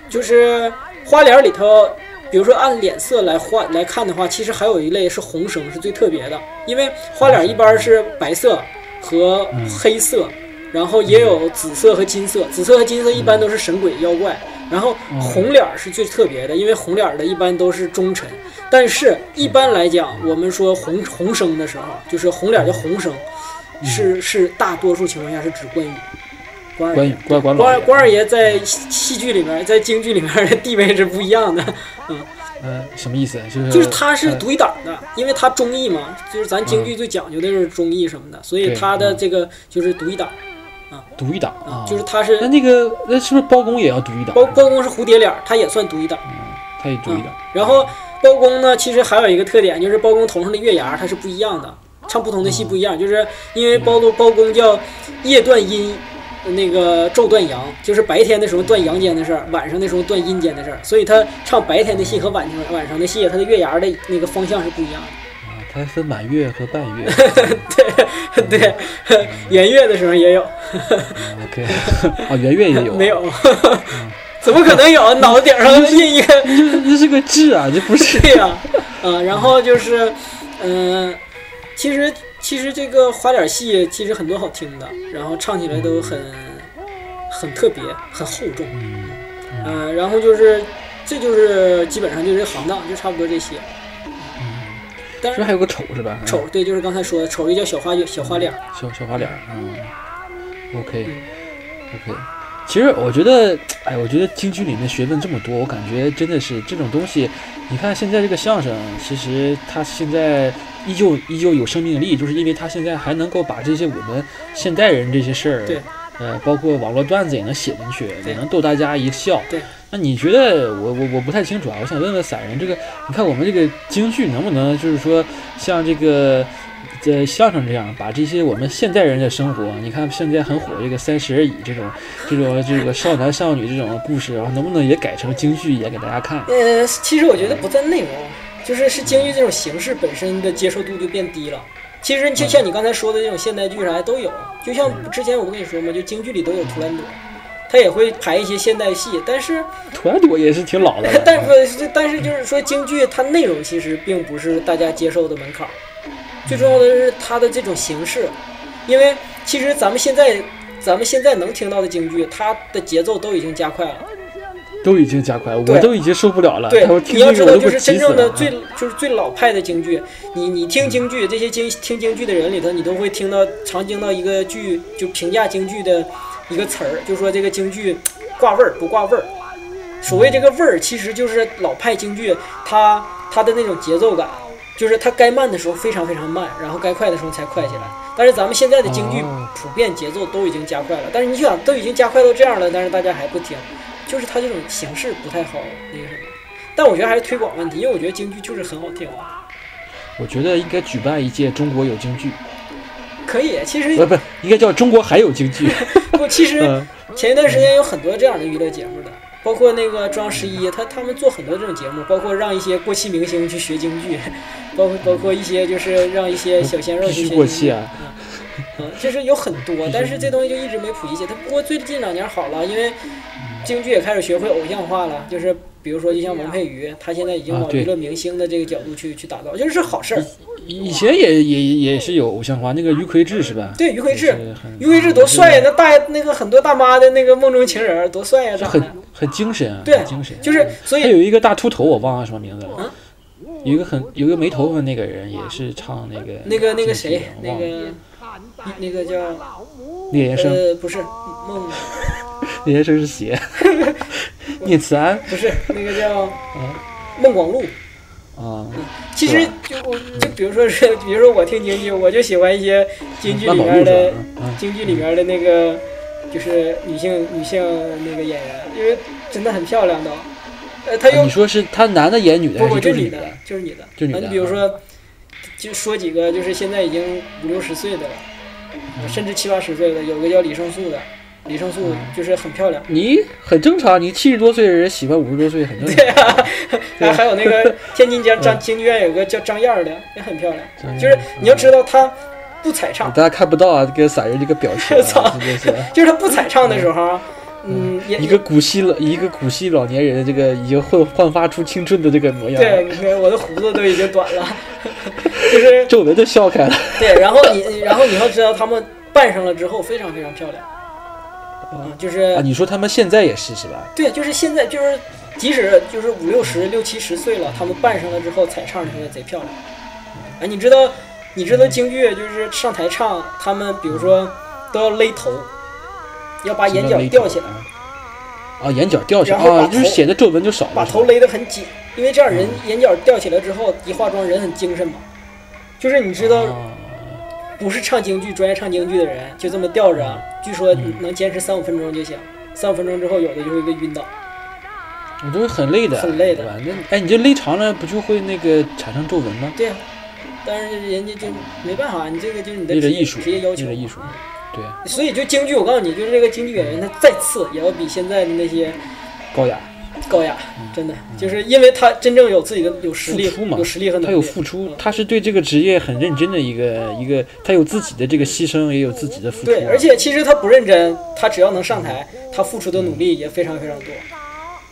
[SPEAKER 7] 就是花脸里头。比如说按脸色来画来看的话，其实还有一类是红生，是最特别的，因为花脸一般是白色和黑色，然后也有紫色和金色，紫色和金色一般都是神鬼妖怪，然后红脸儿是最特别的，因为红脸儿的一般都是忠臣，但是一般来讲，我们说红红生的时候，就是红脸儿叫红生，是是大多数情况下是指关羽，关
[SPEAKER 6] 嗯
[SPEAKER 7] 二
[SPEAKER 6] 关羽
[SPEAKER 7] 爷。
[SPEAKER 6] 关关老
[SPEAKER 7] 关二
[SPEAKER 6] 爷嗯
[SPEAKER 7] 关二爷在戏戏剧里面，在京剧里面的地位是不一样的，
[SPEAKER 6] 嗯什么意思？就是
[SPEAKER 7] 就是他是
[SPEAKER 6] 呃
[SPEAKER 7] 独一档的，因为他忠义嘛，就是咱
[SPEAKER 6] 嗯
[SPEAKER 7] 京剧最讲究的就是忠义什么的，所以他的这个就是独一档，
[SPEAKER 6] 独一档啊，
[SPEAKER 7] 就是他是
[SPEAKER 6] 那那个那是不是包公也要独一档？啊
[SPEAKER 7] 包包啊公是蝴蝶脸儿，他也算独一档。
[SPEAKER 6] 他也独一档，
[SPEAKER 7] 然后包公呢，其实还有一个特点，就是包公头上的月牙儿它是不一样的，唱不同的戏不一样，就是因为包公包公叫夜断阴，那个昼断阳，就是白天的时候断阳间的事儿，晚上的时候断阴间的事儿，所以他唱白天的戏和晚上晚上的戏，他的月牙儿的那个方向是不一样的。
[SPEAKER 6] 啊他还分满月和半
[SPEAKER 7] (laughs)
[SPEAKER 6] 月。啊
[SPEAKER 7] 对，对，圆月的时候也有， (laughs)
[SPEAKER 6] OK，啊圆月也有，
[SPEAKER 7] 没有？ (laughs) 怎么可能有？脑顶上印一个。
[SPEAKER 6] 这这是个
[SPEAKER 7] (laughs)
[SPEAKER 6] 痣啊，这不是
[SPEAKER 7] 呃对呀、啊，然后就是，嗯、其实其实这个花脸戏其实很多好听的，然后唱起来都很很特别，很厚重。嗯、然后就是这就是基本上就是这行当，就差不多这些。但
[SPEAKER 6] 是不是
[SPEAKER 7] 是
[SPEAKER 6] 还有个丑是吧？
[SPEAKER 7] 丑，对，就是刚才说的丑，就叫小花脸小花脸儿。
[SPEAKER 6] 小小花脸儿，嗯，OK OK。其实我觉得，哎，我觉得京剧里面学问这么多，我感觉真的是这种东西。你看现在这个相声，其实它现在依旧依旧有生命力，就是因为它现在还能够把这些我们现代人这些事儿，
[SPEAKER 7] 对，
[SPEAKER 6] 呃，包括网络段子也能写进去，也
[SPEAKER 7] 对
[SPEAKER 6] 能逗大家一笑。
[SPEAKER 7] 对，
[SPEAKER 6] 那你觉得我我我不太清楚啊，我想问问散人，这个你看我们这个京剧能不能就是说像这个这相声这样，把这些我们现代人的生活，你看现在很火这个三十而已这种这种这个少男少女这种故事，然啊后能不能也改成京剧也给大家看？
[SPEAKER 7] 呃，其实我觉得不在内容，就是是京剧这种形式本身的接受度就变低了。其实就像你刚才说的这种现代剧啥的都有，就像之前我不跟你说嘛，就京剧里都有图兰朵，他也会排一些现代戏，但是
[SPEAKER 6] 图兰朵也是挺老的了，啊
[SPEAKER 7] (laughs) 但是但是就是说京剧它内容其实并不是大家接受的门槛儿，最重要的是它的这种形式，因为其实咱们现在咱们现在能听到的京剧，它的节奏都已经加快了。
[SPEAKER 6] 都已经加快，我
[SPEAKER 7] 对
[SPEAKER 6] 都已经受不了了。
[SPEAKER 7] 对
[SPEAKER 6] 我，听
[SPEAKER 7] 你要
[SPEAKER 6] 这
[SPEAKER 7] 知
[SPEAKER 6] 个我
[SPEAKER 7] 道，
[SPEAKER 6] 都
[SPEAKER 7] 就
[SPEAKER 6] 快
[SPEAKER 7] 是
[SPEAKER 6] 急
[SPEAKER 7] 真
[SPEAKER 6] 死
[SPEAKER 7] 正的
[SPEAKER 6] 了。啊
[SPEAKER 7] 最就是最老派的京剧，你你听京剧，这些京听京剧的人里头，你都会听到常听到一个剧，就评价京剧的一个词儿，就说这个京剧挂味儿不挂味儿。所谓这个味儿，其实就是老派京剧它它的那种节奏感，就是它该慢的时候非常非常慢，然后该快的时候才快起来。但是咱们现在的京剧
[SPEAKER 6] 哦
[SPEAKER 7] 普遍节奏都已经加快了，但是你想都已经加快到这样了，但是大家还不听，就是它这种形式不太好那个什么。但我觉得还是推广问题，因为我觉得京剧就是很好听，啊
[SPEAKER 6] 我觉得应该举办一届中国有京剧，
[SPEAKER 7] 可以。其
[SPEAKER 6] 不
[SPEAKER 7] 实
[SPEAKER 6] 不，应该叫中国还有京
[SPEAKER 7] (laughs)
[SPEAKER 6] 剧。
[SPEAKER 7] 不，其实
[SPEAKER 6] 嗯
[SPEAKER 7] 前一段时间有很多这样的娱乐节目的，包括那个中央十一，他他们做很多这种节目，包括让一些过气明星去学京剧，包括包括一些就是让一些小鲜肉
[SPEAKER 6] 必
[SPEAKER 7] 去
[SPEAKER 6] 须
[SPEAKER 7] 学京剧
[SPEAKER 6] 过气啊！
[SPEAKER 7] 嗯，就是有很多，但是这东西就一直没普及起来。它不过最近两年好了，因为京剧也开始学会偶像化了，就是比如说就像王佩瑜，他现在已经
[SPEAKER 6] 啊
[SPEAKER 7] 往
[SPEAKER 6] 对
[SPEAKER 7] 娱乐明星的这个角度去去打造，就是好事儿。
[SPEAKER 6] 以前也也也是有偶像化，那个于魁智是吧？
[SPEAKER 7] 对，于魁智
[SPEAKER 6] 也是很，
[SPEAKER 7] 于魁智多帅呀！那大那个很多大妈的那个梦中情人儿多帅呀，
[SPEAKER 6] 是
[SPEAKER 7] 长
[SPEAKER 6] 很
[SPEAKER 7] 得
[SPEAKER 6] 很精神啊，
[SPEAKER 7] 对
[SPEAKER 6] 很精神。，
[SPEAKER 7] 就是所
[SPEAKER 6] 还有
[SPEAKER 7] 以
[SPEAKER 6] 一个大秃头，我忘了什么名字了
[SPEAKER 7] 啊。
[SPEAKER 6] 有一个很有一个没头发那个人也是唱那个
[SPEAKER 7] 那个那个
[SPEAKER 6] 京剧
[SPEAKER 7] 谁
[SPEAKER 6] 的，我
[SPEAKER 7] 那
[SPEAKER 6] 啊忘了
[SPEAKER 7] 个那个叫
[SPEAKER 6] 聂延生，
[SPEAKER 7] 呃不是梦
[SPEAKER 6] 聂延生是
[SPEAKER 7] (laughs)
[SPEAKER 6] 邪，聂慈安
[SPEAKER 7] 不是那个叫孟广禄。
[SPEAKER 6] 啊，
[SPEAKER 7] 其
[SPEAKER 6] 嗯是
[SPEAKER 7] 实
[SPEAKER 6] 吧
[SPEAKER 7] 就我就比如说是，比如说我听京剧，我就喜欢一些京剧里面的
[SPEAKER 6] 嗯那宝路是吧嗯
[SPEAKER 7] 京剧里面的那个就是女性女性那个演员，因为真的很漂亮都。呃，她
[SPEAKER 6] 啊
[SPEAKER 7] 又
[SPEAKER 6] 你说是他男的演女的
[SPEAKER 7] 不
[SPEAKER 6] 还
[SPEAKER 7] 不
[SPEAKER 6] 哎是就
[SPEAKER 7] 就是女
[SPEAKER 6] 女
[SPEAKER 7] 的
[SPEAKER 6] 的？，
[SPEAKER 7] 就是女的，
[SPEAKER 6] 就女的
[SPEAKER 7] 啊你比如说，就说几个就是现在已经五六十岁的了，
[SPEAKER 6] 嗯
[SPEAKER 7] 甚至七八十岁的，有个叫李胜素的，李胜素就是很
[SPEAKER 6] (laughs)
[SPEAKER 7] 漂亮。
[SPEAKER 6] 你很正常，啊你七十多岁的人喜欢五十多岁很正常。
[SPEAKER 7] 然后还有那个天津江张京剧院有个叫张燕儿的，也很漂
[SPEAKER 6] 嗯张燕儿嗯
[SPEAKER 7] 亮。就是你要知道她不采唱，
[SPEAKER 6] 大家看不到啊，这个散人这个表
[SPEAKER 7] (laughs)
[SPEAKER 6] 情、
[SPEAKER 7] 操
[SPEAKER 6] 啊，真的是
[SPEAKER 7] 就是他不采唱的时候啊，嗯，也
[SPEAKER 6] 一个古稀老一个古稀老年人的这个已经焕焕发出青春的这个模样
[SPEAKER 7] 对，
[SPEAKER 6] 了，
[SPEAKER 7] 你看我的胡子都已经短了， (laughs) 就是
[SPEAKER 6] 皱纹都笑开了。
[SPEAKER 7] 对，然后你，然后你要知道，他们扮上了之后非常非常漂亮，嗯，就
[SPEAKER 6] 啊，
[SPEAKER 7] 是
[SPEAKER 6] 你说他们现在也是是吧？
[SPEAKER 7] 对，就是现在就是。即使就是五六十、六七十岁了，他们扮上了之后，采唱的时候也贼漂亮。哎，你知道，你知道京剧就是上台唱，他们比如说都要勒头，要把眼角吊起来，
[SPEAKER 6] 啊，眼角掉下
[SPEAKER 7] 然后把
[SPEAKER 6] 啊，就是
[SPEAKER 7] 头
[SPEAKER 6] 显得皱纹就少了。
[SPEAKER 7] 把
[SPEAKER 6] 是
[SPEAKER 7] 头
[SPEAKER 6] 吧
[SPEAKER 7] 勒得很紧，因为这样人眼角吊起来之后，一化妆人很精神嘛。就是你知道，
[SPEAKER 6] 啊，
[SPEAKER 7] 不是唱京剧专业唱京剧的人，就这么吊着啊，据说能坚持三五分钟就行，三五分钟之后有的就会被晕倒。
[SPEAKER 6] 我都是很累的，
[SPEAKER 7] 很累的
[SPEAKER 6] 对吧？那哎，你这勒长了，不就会那个产生皱纹吗？
[SPEAKER 7] 对呀、但是人家就没办法，你这个就是你的
[SPEAKER 6] 为了
[SPEAKER 7] 职业
[SPEAKER 6] 艺术，
[SPEAKER 7] 职业要求
[SPEAKER 6] 为
[SPEAKER 7] 嘛。
[SPEAKER 6] 了艺术，对，
[SPEAKER 7] 所以就京剧，我告诉你，就是这个京剧演员，他再次也要比现在的那些
[SPEAKER 6] 高雅，
[SPEAKER 7] 高雅，真的，就是因为他真正有自己的有实
[SPEAKER 6] 嗯付
[SPEAKER 7] 力
[SPEAKER 6] 出嘛，，
[SPEAKER 7] 有实力和能
[SPEAKER 6] 他
[SPEAKER 7] 力，
[SPEAKER 6] 有付出
[SPEAKER 7] 嗯，
[SPEAKER 6] 他是对这个职业很认真的一个一个，他有自己的这个牺牲，也有自己的付出啊。
[SPEAKER 7] 对，而且其实他不认真，他只要能上台，他付出的努力也非常非常多。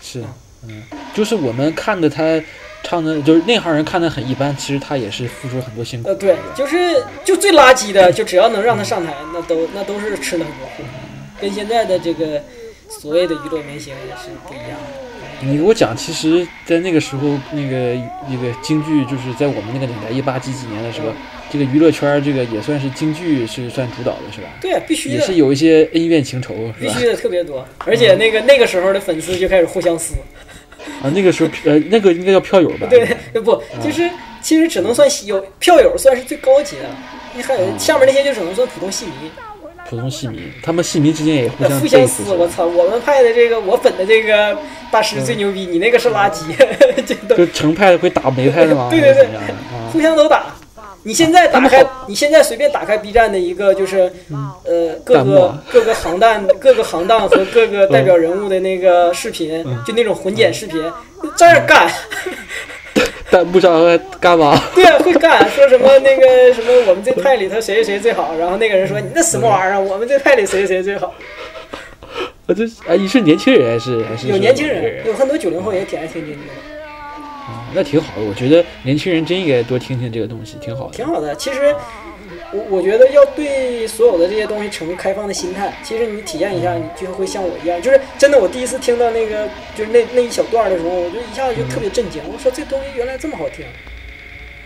[SPEAKER 6] 是，嗯，就是我们看的他唱的就是内行人看的很一般，其实他也是付出了很多辛苦
[SPEAKER 7] 呃，。对，就是就最垃圾的，就只要能让他上台，那都那都是吃了很多苦，跟现在的这个所谓的娱乐明星也是不一样的。
[SPEAKER 6] 你给我讲，其实，在那个时候，那个那个京剧，就是在我们那个年代，一八几几年的时候，
[SPEAKER 7] 嗯
[SPEAKER 6] 这个娱乐圈儿这个也算是京剧是算主导的，是吧？
[SPEAKER 7] 对，啊必须
[SPEAKER 6] 也
[SPEAKER 7] 的
[SPEAKER 6] 是，有一些恩怨情仇，是
[SPEAKER 7] 必
[SPEAKER 6] 吧
[SPEAKER 7] 须？的特别多，而且那个那个时候的粉丝就开始互相撕，
[SPEAKER 6] 啊，那个时候，呃，那个应该叫票友吧？
[SPEAKER 7] 对，不，
[SPEAKER 6] 嗯
[SPEAKER 7] 就是其实只能算戏有票友算是最高级的了，你还
[SPEAKER 6] 嗯
[SPEAKER 7] 有下面那些就只能算普通戏迷，
[SPEAKER 6] (laughs) 普通戏迷，他们戏迷之间也互
[SPEAKER 7] 呃
[SPEAKER 6] 相
[SPEAKER 7] 互
[SPEAKER 6] 背
[SPEAKER 7] 相
[SPEAKER 6] 刺是
[SPEAKER 7] 撕。
[SPEAKER 6] 吧嗯
[SPEAKER 7] 我操，我们派的这个我粉的这个大师最牛逼，你那个是垃圾， (laughs) 这都
[SPEAKER 6] 就成派的会打梅派的吗？
[SPEAKER 7] (laughs) 对对
[SPEAKER 6] 还
[SPEAKER 7] 对
[SPEAKER 6] 是怎么样的啊
[SPEAKER 7] 互相都打。你现在打开，你现在随便打开 B 站的一个就是，呃，
[SPEAKER 6] 嗯
[SPEAKER 7] 各
[SPEAKER 6] 弹幕
[SPEAKER 7] 个
[SPEAKER 6] 啊嗯
[SPEAKER 7] 各个行当、各个行当和各个代表人物的那个视频，就那种混剪视频，这儿干，
[SPEAKER 6] 弹幕上还干嘛？
[SPEAKER 7] 对啊，会干，说什么那个什么我们这派里头谁谁谁最好，然后那个人说你那什么玩意儿啊，我们这派里谁谁谁最好。
[SPEAKER 6] 我这哎，你是年轻人还是还是
[SPEAKER 7] 有
[SPEAKER 6] 说
[SPEAKER 7] 年轻
[SPEAKER 6] 哪个
[SPEAKER 7] 人，有很多九零后也挺爱听京剧的。
[SPEAKER 6] 啊那挺好的，我觉得年轻人真应该多听听这个东西，挺好的。
[SPEAKER 7] 挺好的。其实我我觉得要对所有的这些东西持开放的心态。其实你体验一下，你就会像我一样，就是真的。我第一次听到那个就是那那一小段的时候，我就一下子就特别震惊。我说这东西原来这么好听。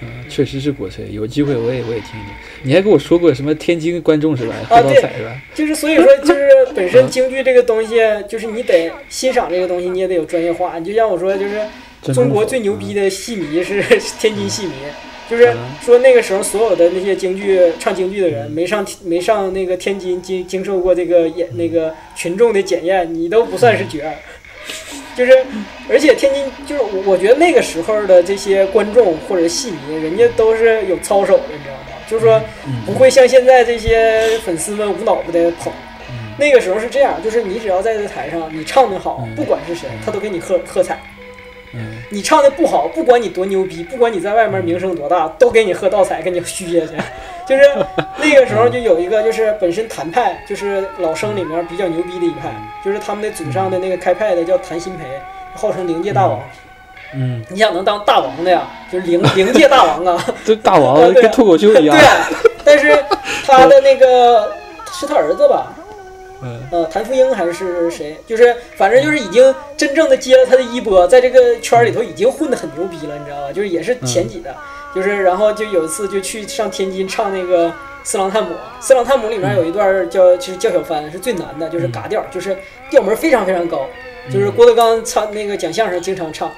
[SPEAKER 6] 嗯，确实是国粹，有机会我也我也听一听。你还跟我说过什么天津观众是吧？喝
[SPEAKER 7] 啊
[SPEAKER 6] 到
[SPEAKER 7] 对
[SPEAKER 6] 彩是吧？
[SPEAKER 7] 就是所以说，就是本身京剧这个东西，就是你得欣赏这个东西，你也得有专业化。你就像我说，就是
[SPEAKER 6] 真
[SPEAKER 7] 中国
[SPEAKER 6] 功夫
[SPEAKER 7] 最牛逼的戏迷是天津戏迷，就是说那个时候所有的那些京剧唱京剧的人，没上没上那个天津经经受过这个演那个群众的检验，你都不算是角儿。 (laughs) 就是，而且天津就是我我觉得那个时候的这些观众或者戏迷，人家都是有操守的，你知道吗？就是说不会像现在这些粉丝们无脑子的捧。那个时候是这样，就是你只要在这台上你唱的好，不管是谁，他都给你喝喝彩。 (laughs)
[SPEAKER 6] 嗯，
[SPEAKER 7] 你唱的不好，不管你多牛逼，不管你在外面名声多大，都给你喝倒彩，给你虚下去。 (laughs) 就是那个时候就有一个，就是本身谭派就是老生里面比较牛逼的一派，就是他们的祖上的那个开派的叫谭鑫培，号称灵界大王。
[SPEAKER 6] 嗯，
[SPEAKER 7] 你想能当大王的呀，就是灵灵界大王啊。
[SPEAKER 6] 这大王
[SPEAKER 7] 啊对啊
[SPEAKER 6] 跟脱口秀一样
[SPEAKER 7] 对。啊，但是他的那个是他儿子吧？
[SPEAKER 6] 嗯，
[SPEAKER 7] 呃，谭富英还是谁？就是反正就是已经真正的接了他的衣钵，在这个圈儿里头已经混得很牛逼了，你知道吧？就是也
[SPEAKER 6] 嗯
[SPEAKER 7] 是前几的，就是然后就有一次就去上天津唱那个。四郎探母，四郎探母里面有一段叫就是叫小番是最难的，
[SPEAKER 6] 嗯
[SPEAKER 7] 就是嘎调，就是调门非常非常高，就是郭德纲唱那个讲相声经常唱，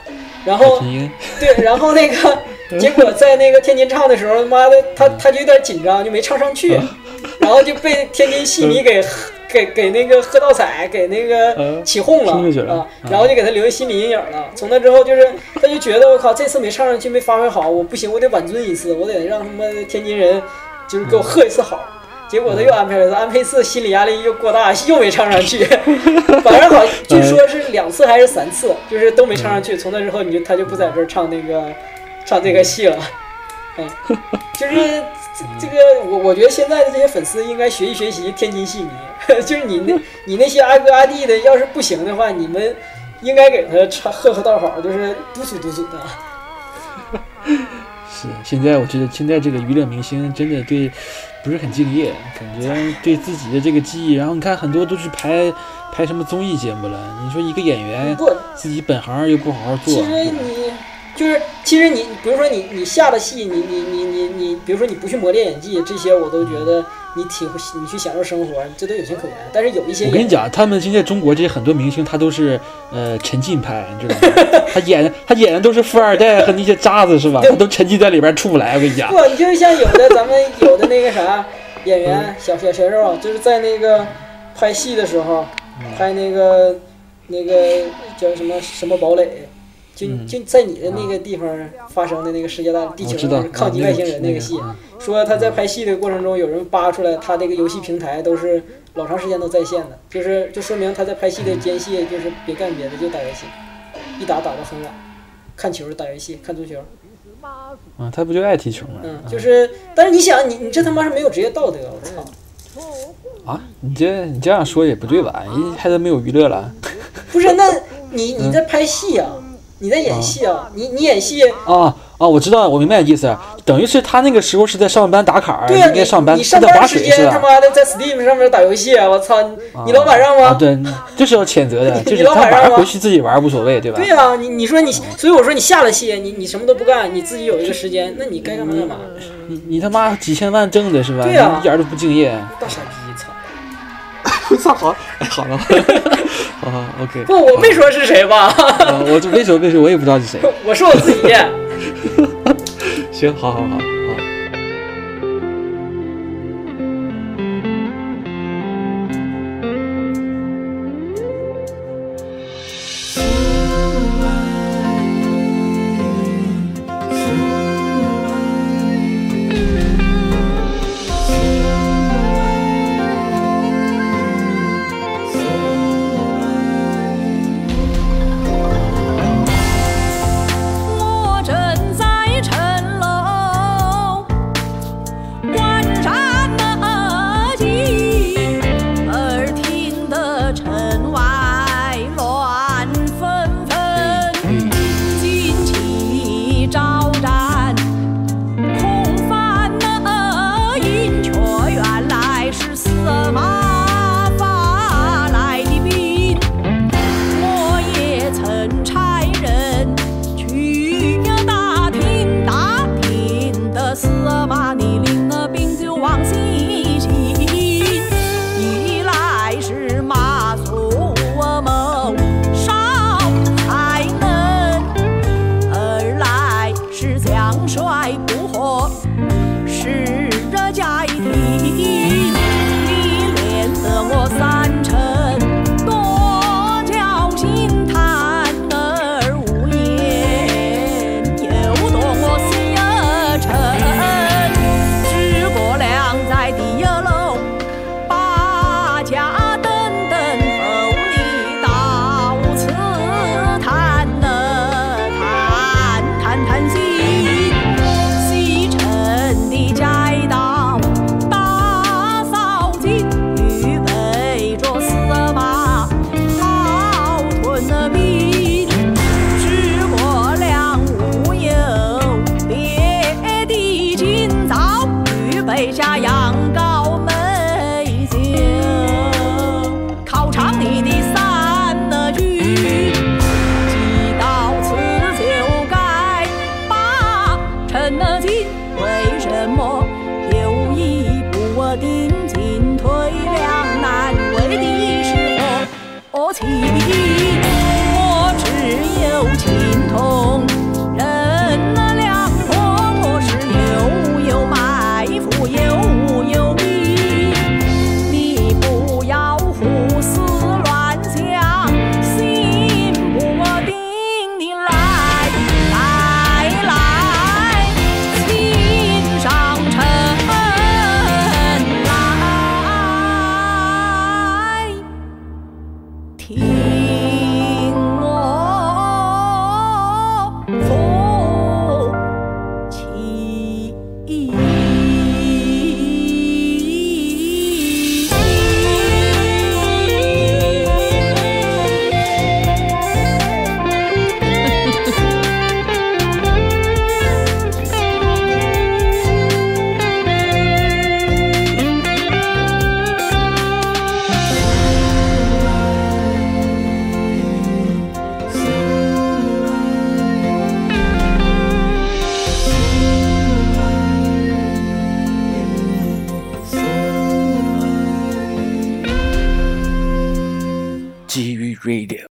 [SPEAKER 7] 然后
[SPEAKER 6] 天津
[SPEAKER 7] 对，然
[SPEAKER 6] (laughs)
[SPEAKER 7] 后那个结果在那个天津唱的时候，妈的，他他就有点紧张，就没唱上
[SPEAKER 6] 啊
[SPEAKER 7] 去，然后就被天津戏迷给给给那个喝倒彩，给那个
[SPEAKER 6] 嗯
[SPEAKER 7] 起哄
[SPEAKER 6] 冲进去了
[SPEAKER 7] 啊，然后就给他留下心理阴影了。从那之后，就是他就觉得我靠，这次没唱上去，没发挥好，我不行，我得挽尊一次，我得让他们天津人就是给我喝一次好。结果他又安排了一次，安排一次心理压力又过大，又没唱上去。反正好，据说是两次还是三次，就是都没唱上去。从那之后，你就他就不在这儿唱那个唱这个戏了。嗯，就是
[SPEAKER 6] 嗯
[SPEAKER 7] 这这个，我我觉得现在的这些粉丝应该学习学习天津戏迷， (laughs) 就是你
[SPEAKER 6] 嗯
[SPEAKER 7] 那你那些阿哥阿弟的，要是不行的话，你们应该给他唱喝喝道好，就是督促督促他。
[SPEAKER 6] 是，现在我觉得现在这个娱乐明星真的对不是很敬业，感觉对自己的这个技艺，然后你看很多都去拍拍什么综艺节目了，你说一个演员
[SPEAKER 7] 不，
[SPEAKER 6] 自己本行又不好好做，
[SPEAKER 7] 其实
[SPEAKER 6] 对吧
[SPEAKER 7] 你就是，其实你，比如说你你下的戏，你你你你你，比如说你不去磨练演技，这些我都觉得你体会，你去享受生活，这都有情可原。但是有一些
[SPEAKER 6] 我跟
[SPEAKER 7] 演
[SPEAKER 6] 你，讲，他们现在中国这些很多明星，他都是呃沉浸拍，你知道吗？他演他演的都是富二代和那些渣子是吧？他都沉浸在里边出不来。我跟你讲
[SPEAKER 7] 不，，你就是像有的咱们有的那个啥演
[SPEAKER 6] 嗯
[SPEAKER 7] 员小小鲜肉，就是在那个拍戏的时候，
[SPEAKER 6] 嗯
[SPEAKER 7] 拍那个那个叫什么什么堡垒。就
[SPEAKER 6] 嗯
[SPEAKER 7] 就在你的那个地方发生的那个世界大地
[SPEAKER 6] 我
[SPEAKER 7] 球
[SPEAKER 6] 知道
[SPEAKER 7] 抗击
[SPEAKER 6] 啊
[SPEAKER 7] 外
[SPEAKER 6] 那个
[SPEAKER 7] 星人
[SPEAKER 6] 那
[SPEAKER 7] 那
[SPEAKER 6] 个
[SPEAKER 7] 个戏，
[SPEAKER 6] 嗯
[SPEAKER 7] 说他在拍戏的过程中，有人扒出来他这个游戏平台都是老长时间都在线的，就是就说明他在拍戏
[SPEAKER 6] 嗯
[SPEAKER 7] 的间隙，就是别干别的就打游戏，一打打到很晚，看球打游戏看足球，
[SPEAKER 6] 啊，他不就爱踢球吗？
[SPEAKER 7] 嗯，就是，但是你想，你你这他妈是没有职业道德，我操！
[SPEAKER 6] 啊，你这你这样说也不对吧？人家还都没有娱乐了，
[SPEAKER 7] 不是，那你你在拍戏啊？你在演戏啊，你你演戏，
[SPEAKER 6] 啊啊，我知道，我明白你意思，等于是他那个时候是在上班打卡儿，
[SPEAKER 7] 对啊，
[SPEAKER 6] 应该上班
[SPEAKER 7] 你
[SPEAKER 6] 是在
[SPEAKER 7] 班
[SPEAKER 6] 划
[SPEAKER 7] 时
[SPEAKER 6] 水
[SPEAKER 7] 间
[SPEAKER 6] 是
[SPEAKER 7] 他
[SPEAKER 6] 吧？
[SPEAKER 7] 妈的在 Steam 上面打游戏啊，我操，你你老板让
[SPEAKER 6] 啊，
[SPEAKER 7] 吗？
[SPEAKER 6] 对，这是要谴责的，就
[SPEAKER 7] (laughs) 你
[SPEAKER 6] 是
[SPEAKER 7] 老
[SPEAKER 6] 他
[SPEAKER 7] 板
[SPEAKER 6] 晚
[SPEAKER 7] 让
[SPEAKER 6] 上
[SPEAKER 7] 吗
[SPEAKER 6] 回去自己玩儿无所谓，对吧？
[SPEAKER 7] 对啊，你你说你，
[SPEAKER 6] 嗯
[SPEAKER 7] 所以我说你下了戏，你你什么都不干，你自己有一个时间，那你该干嘛干嘛，
[SPEAKER 6] 你你他妈几千万挣的是吧？
[SPEAKER 7] 对
[SPEAKER 6] 你
[SPEAKER 7] 啊
[SPEAKER 6] 一点儿都不敬业。
[SPEAKER 7] 大傻逼，操！
[SPEAKER 6] 我操，好，哎， (laughs) 好了， (laughs) 好好，OK，
[SPEAKER 7] 不，我没说是谁吧， (laughs)
[SPEAKER 6] 啊我就为什么为什么我也不知道是谁。
[SPEAKER 7] 我说我自己。
[SPEAKER 6] 行，好好好好。
[SPEAKER 8] 我正在城楼观察那一耳听得城外乱纷纷，旌旗招展，空翻那银雀，原来是司马发来的兵。我也曾差人去打听打听的司马你领的兵就往西行，一来是马谡谋少才能，二来是将帅不和。是这家一体，你连得我三成多侥幸，贪而无言，又夺我西二城。诸葛亮在第二楼把家等等候你到此谈了谈谈谈心。西城的街道打扫尽，预备着司马好屯的兵。诸葛亮无有别的今早预备下羊羔美酒，考场里的三句。既到此就该把臣了进，为什么又一步我定进退两难？为的是我我情，我只有情同人那两国，我是有有埋伏，有有兵。你不要胡思乱想，心不定，你来来来，请上城来，听我说情。
[SPEAKER 9] 基于 Radio。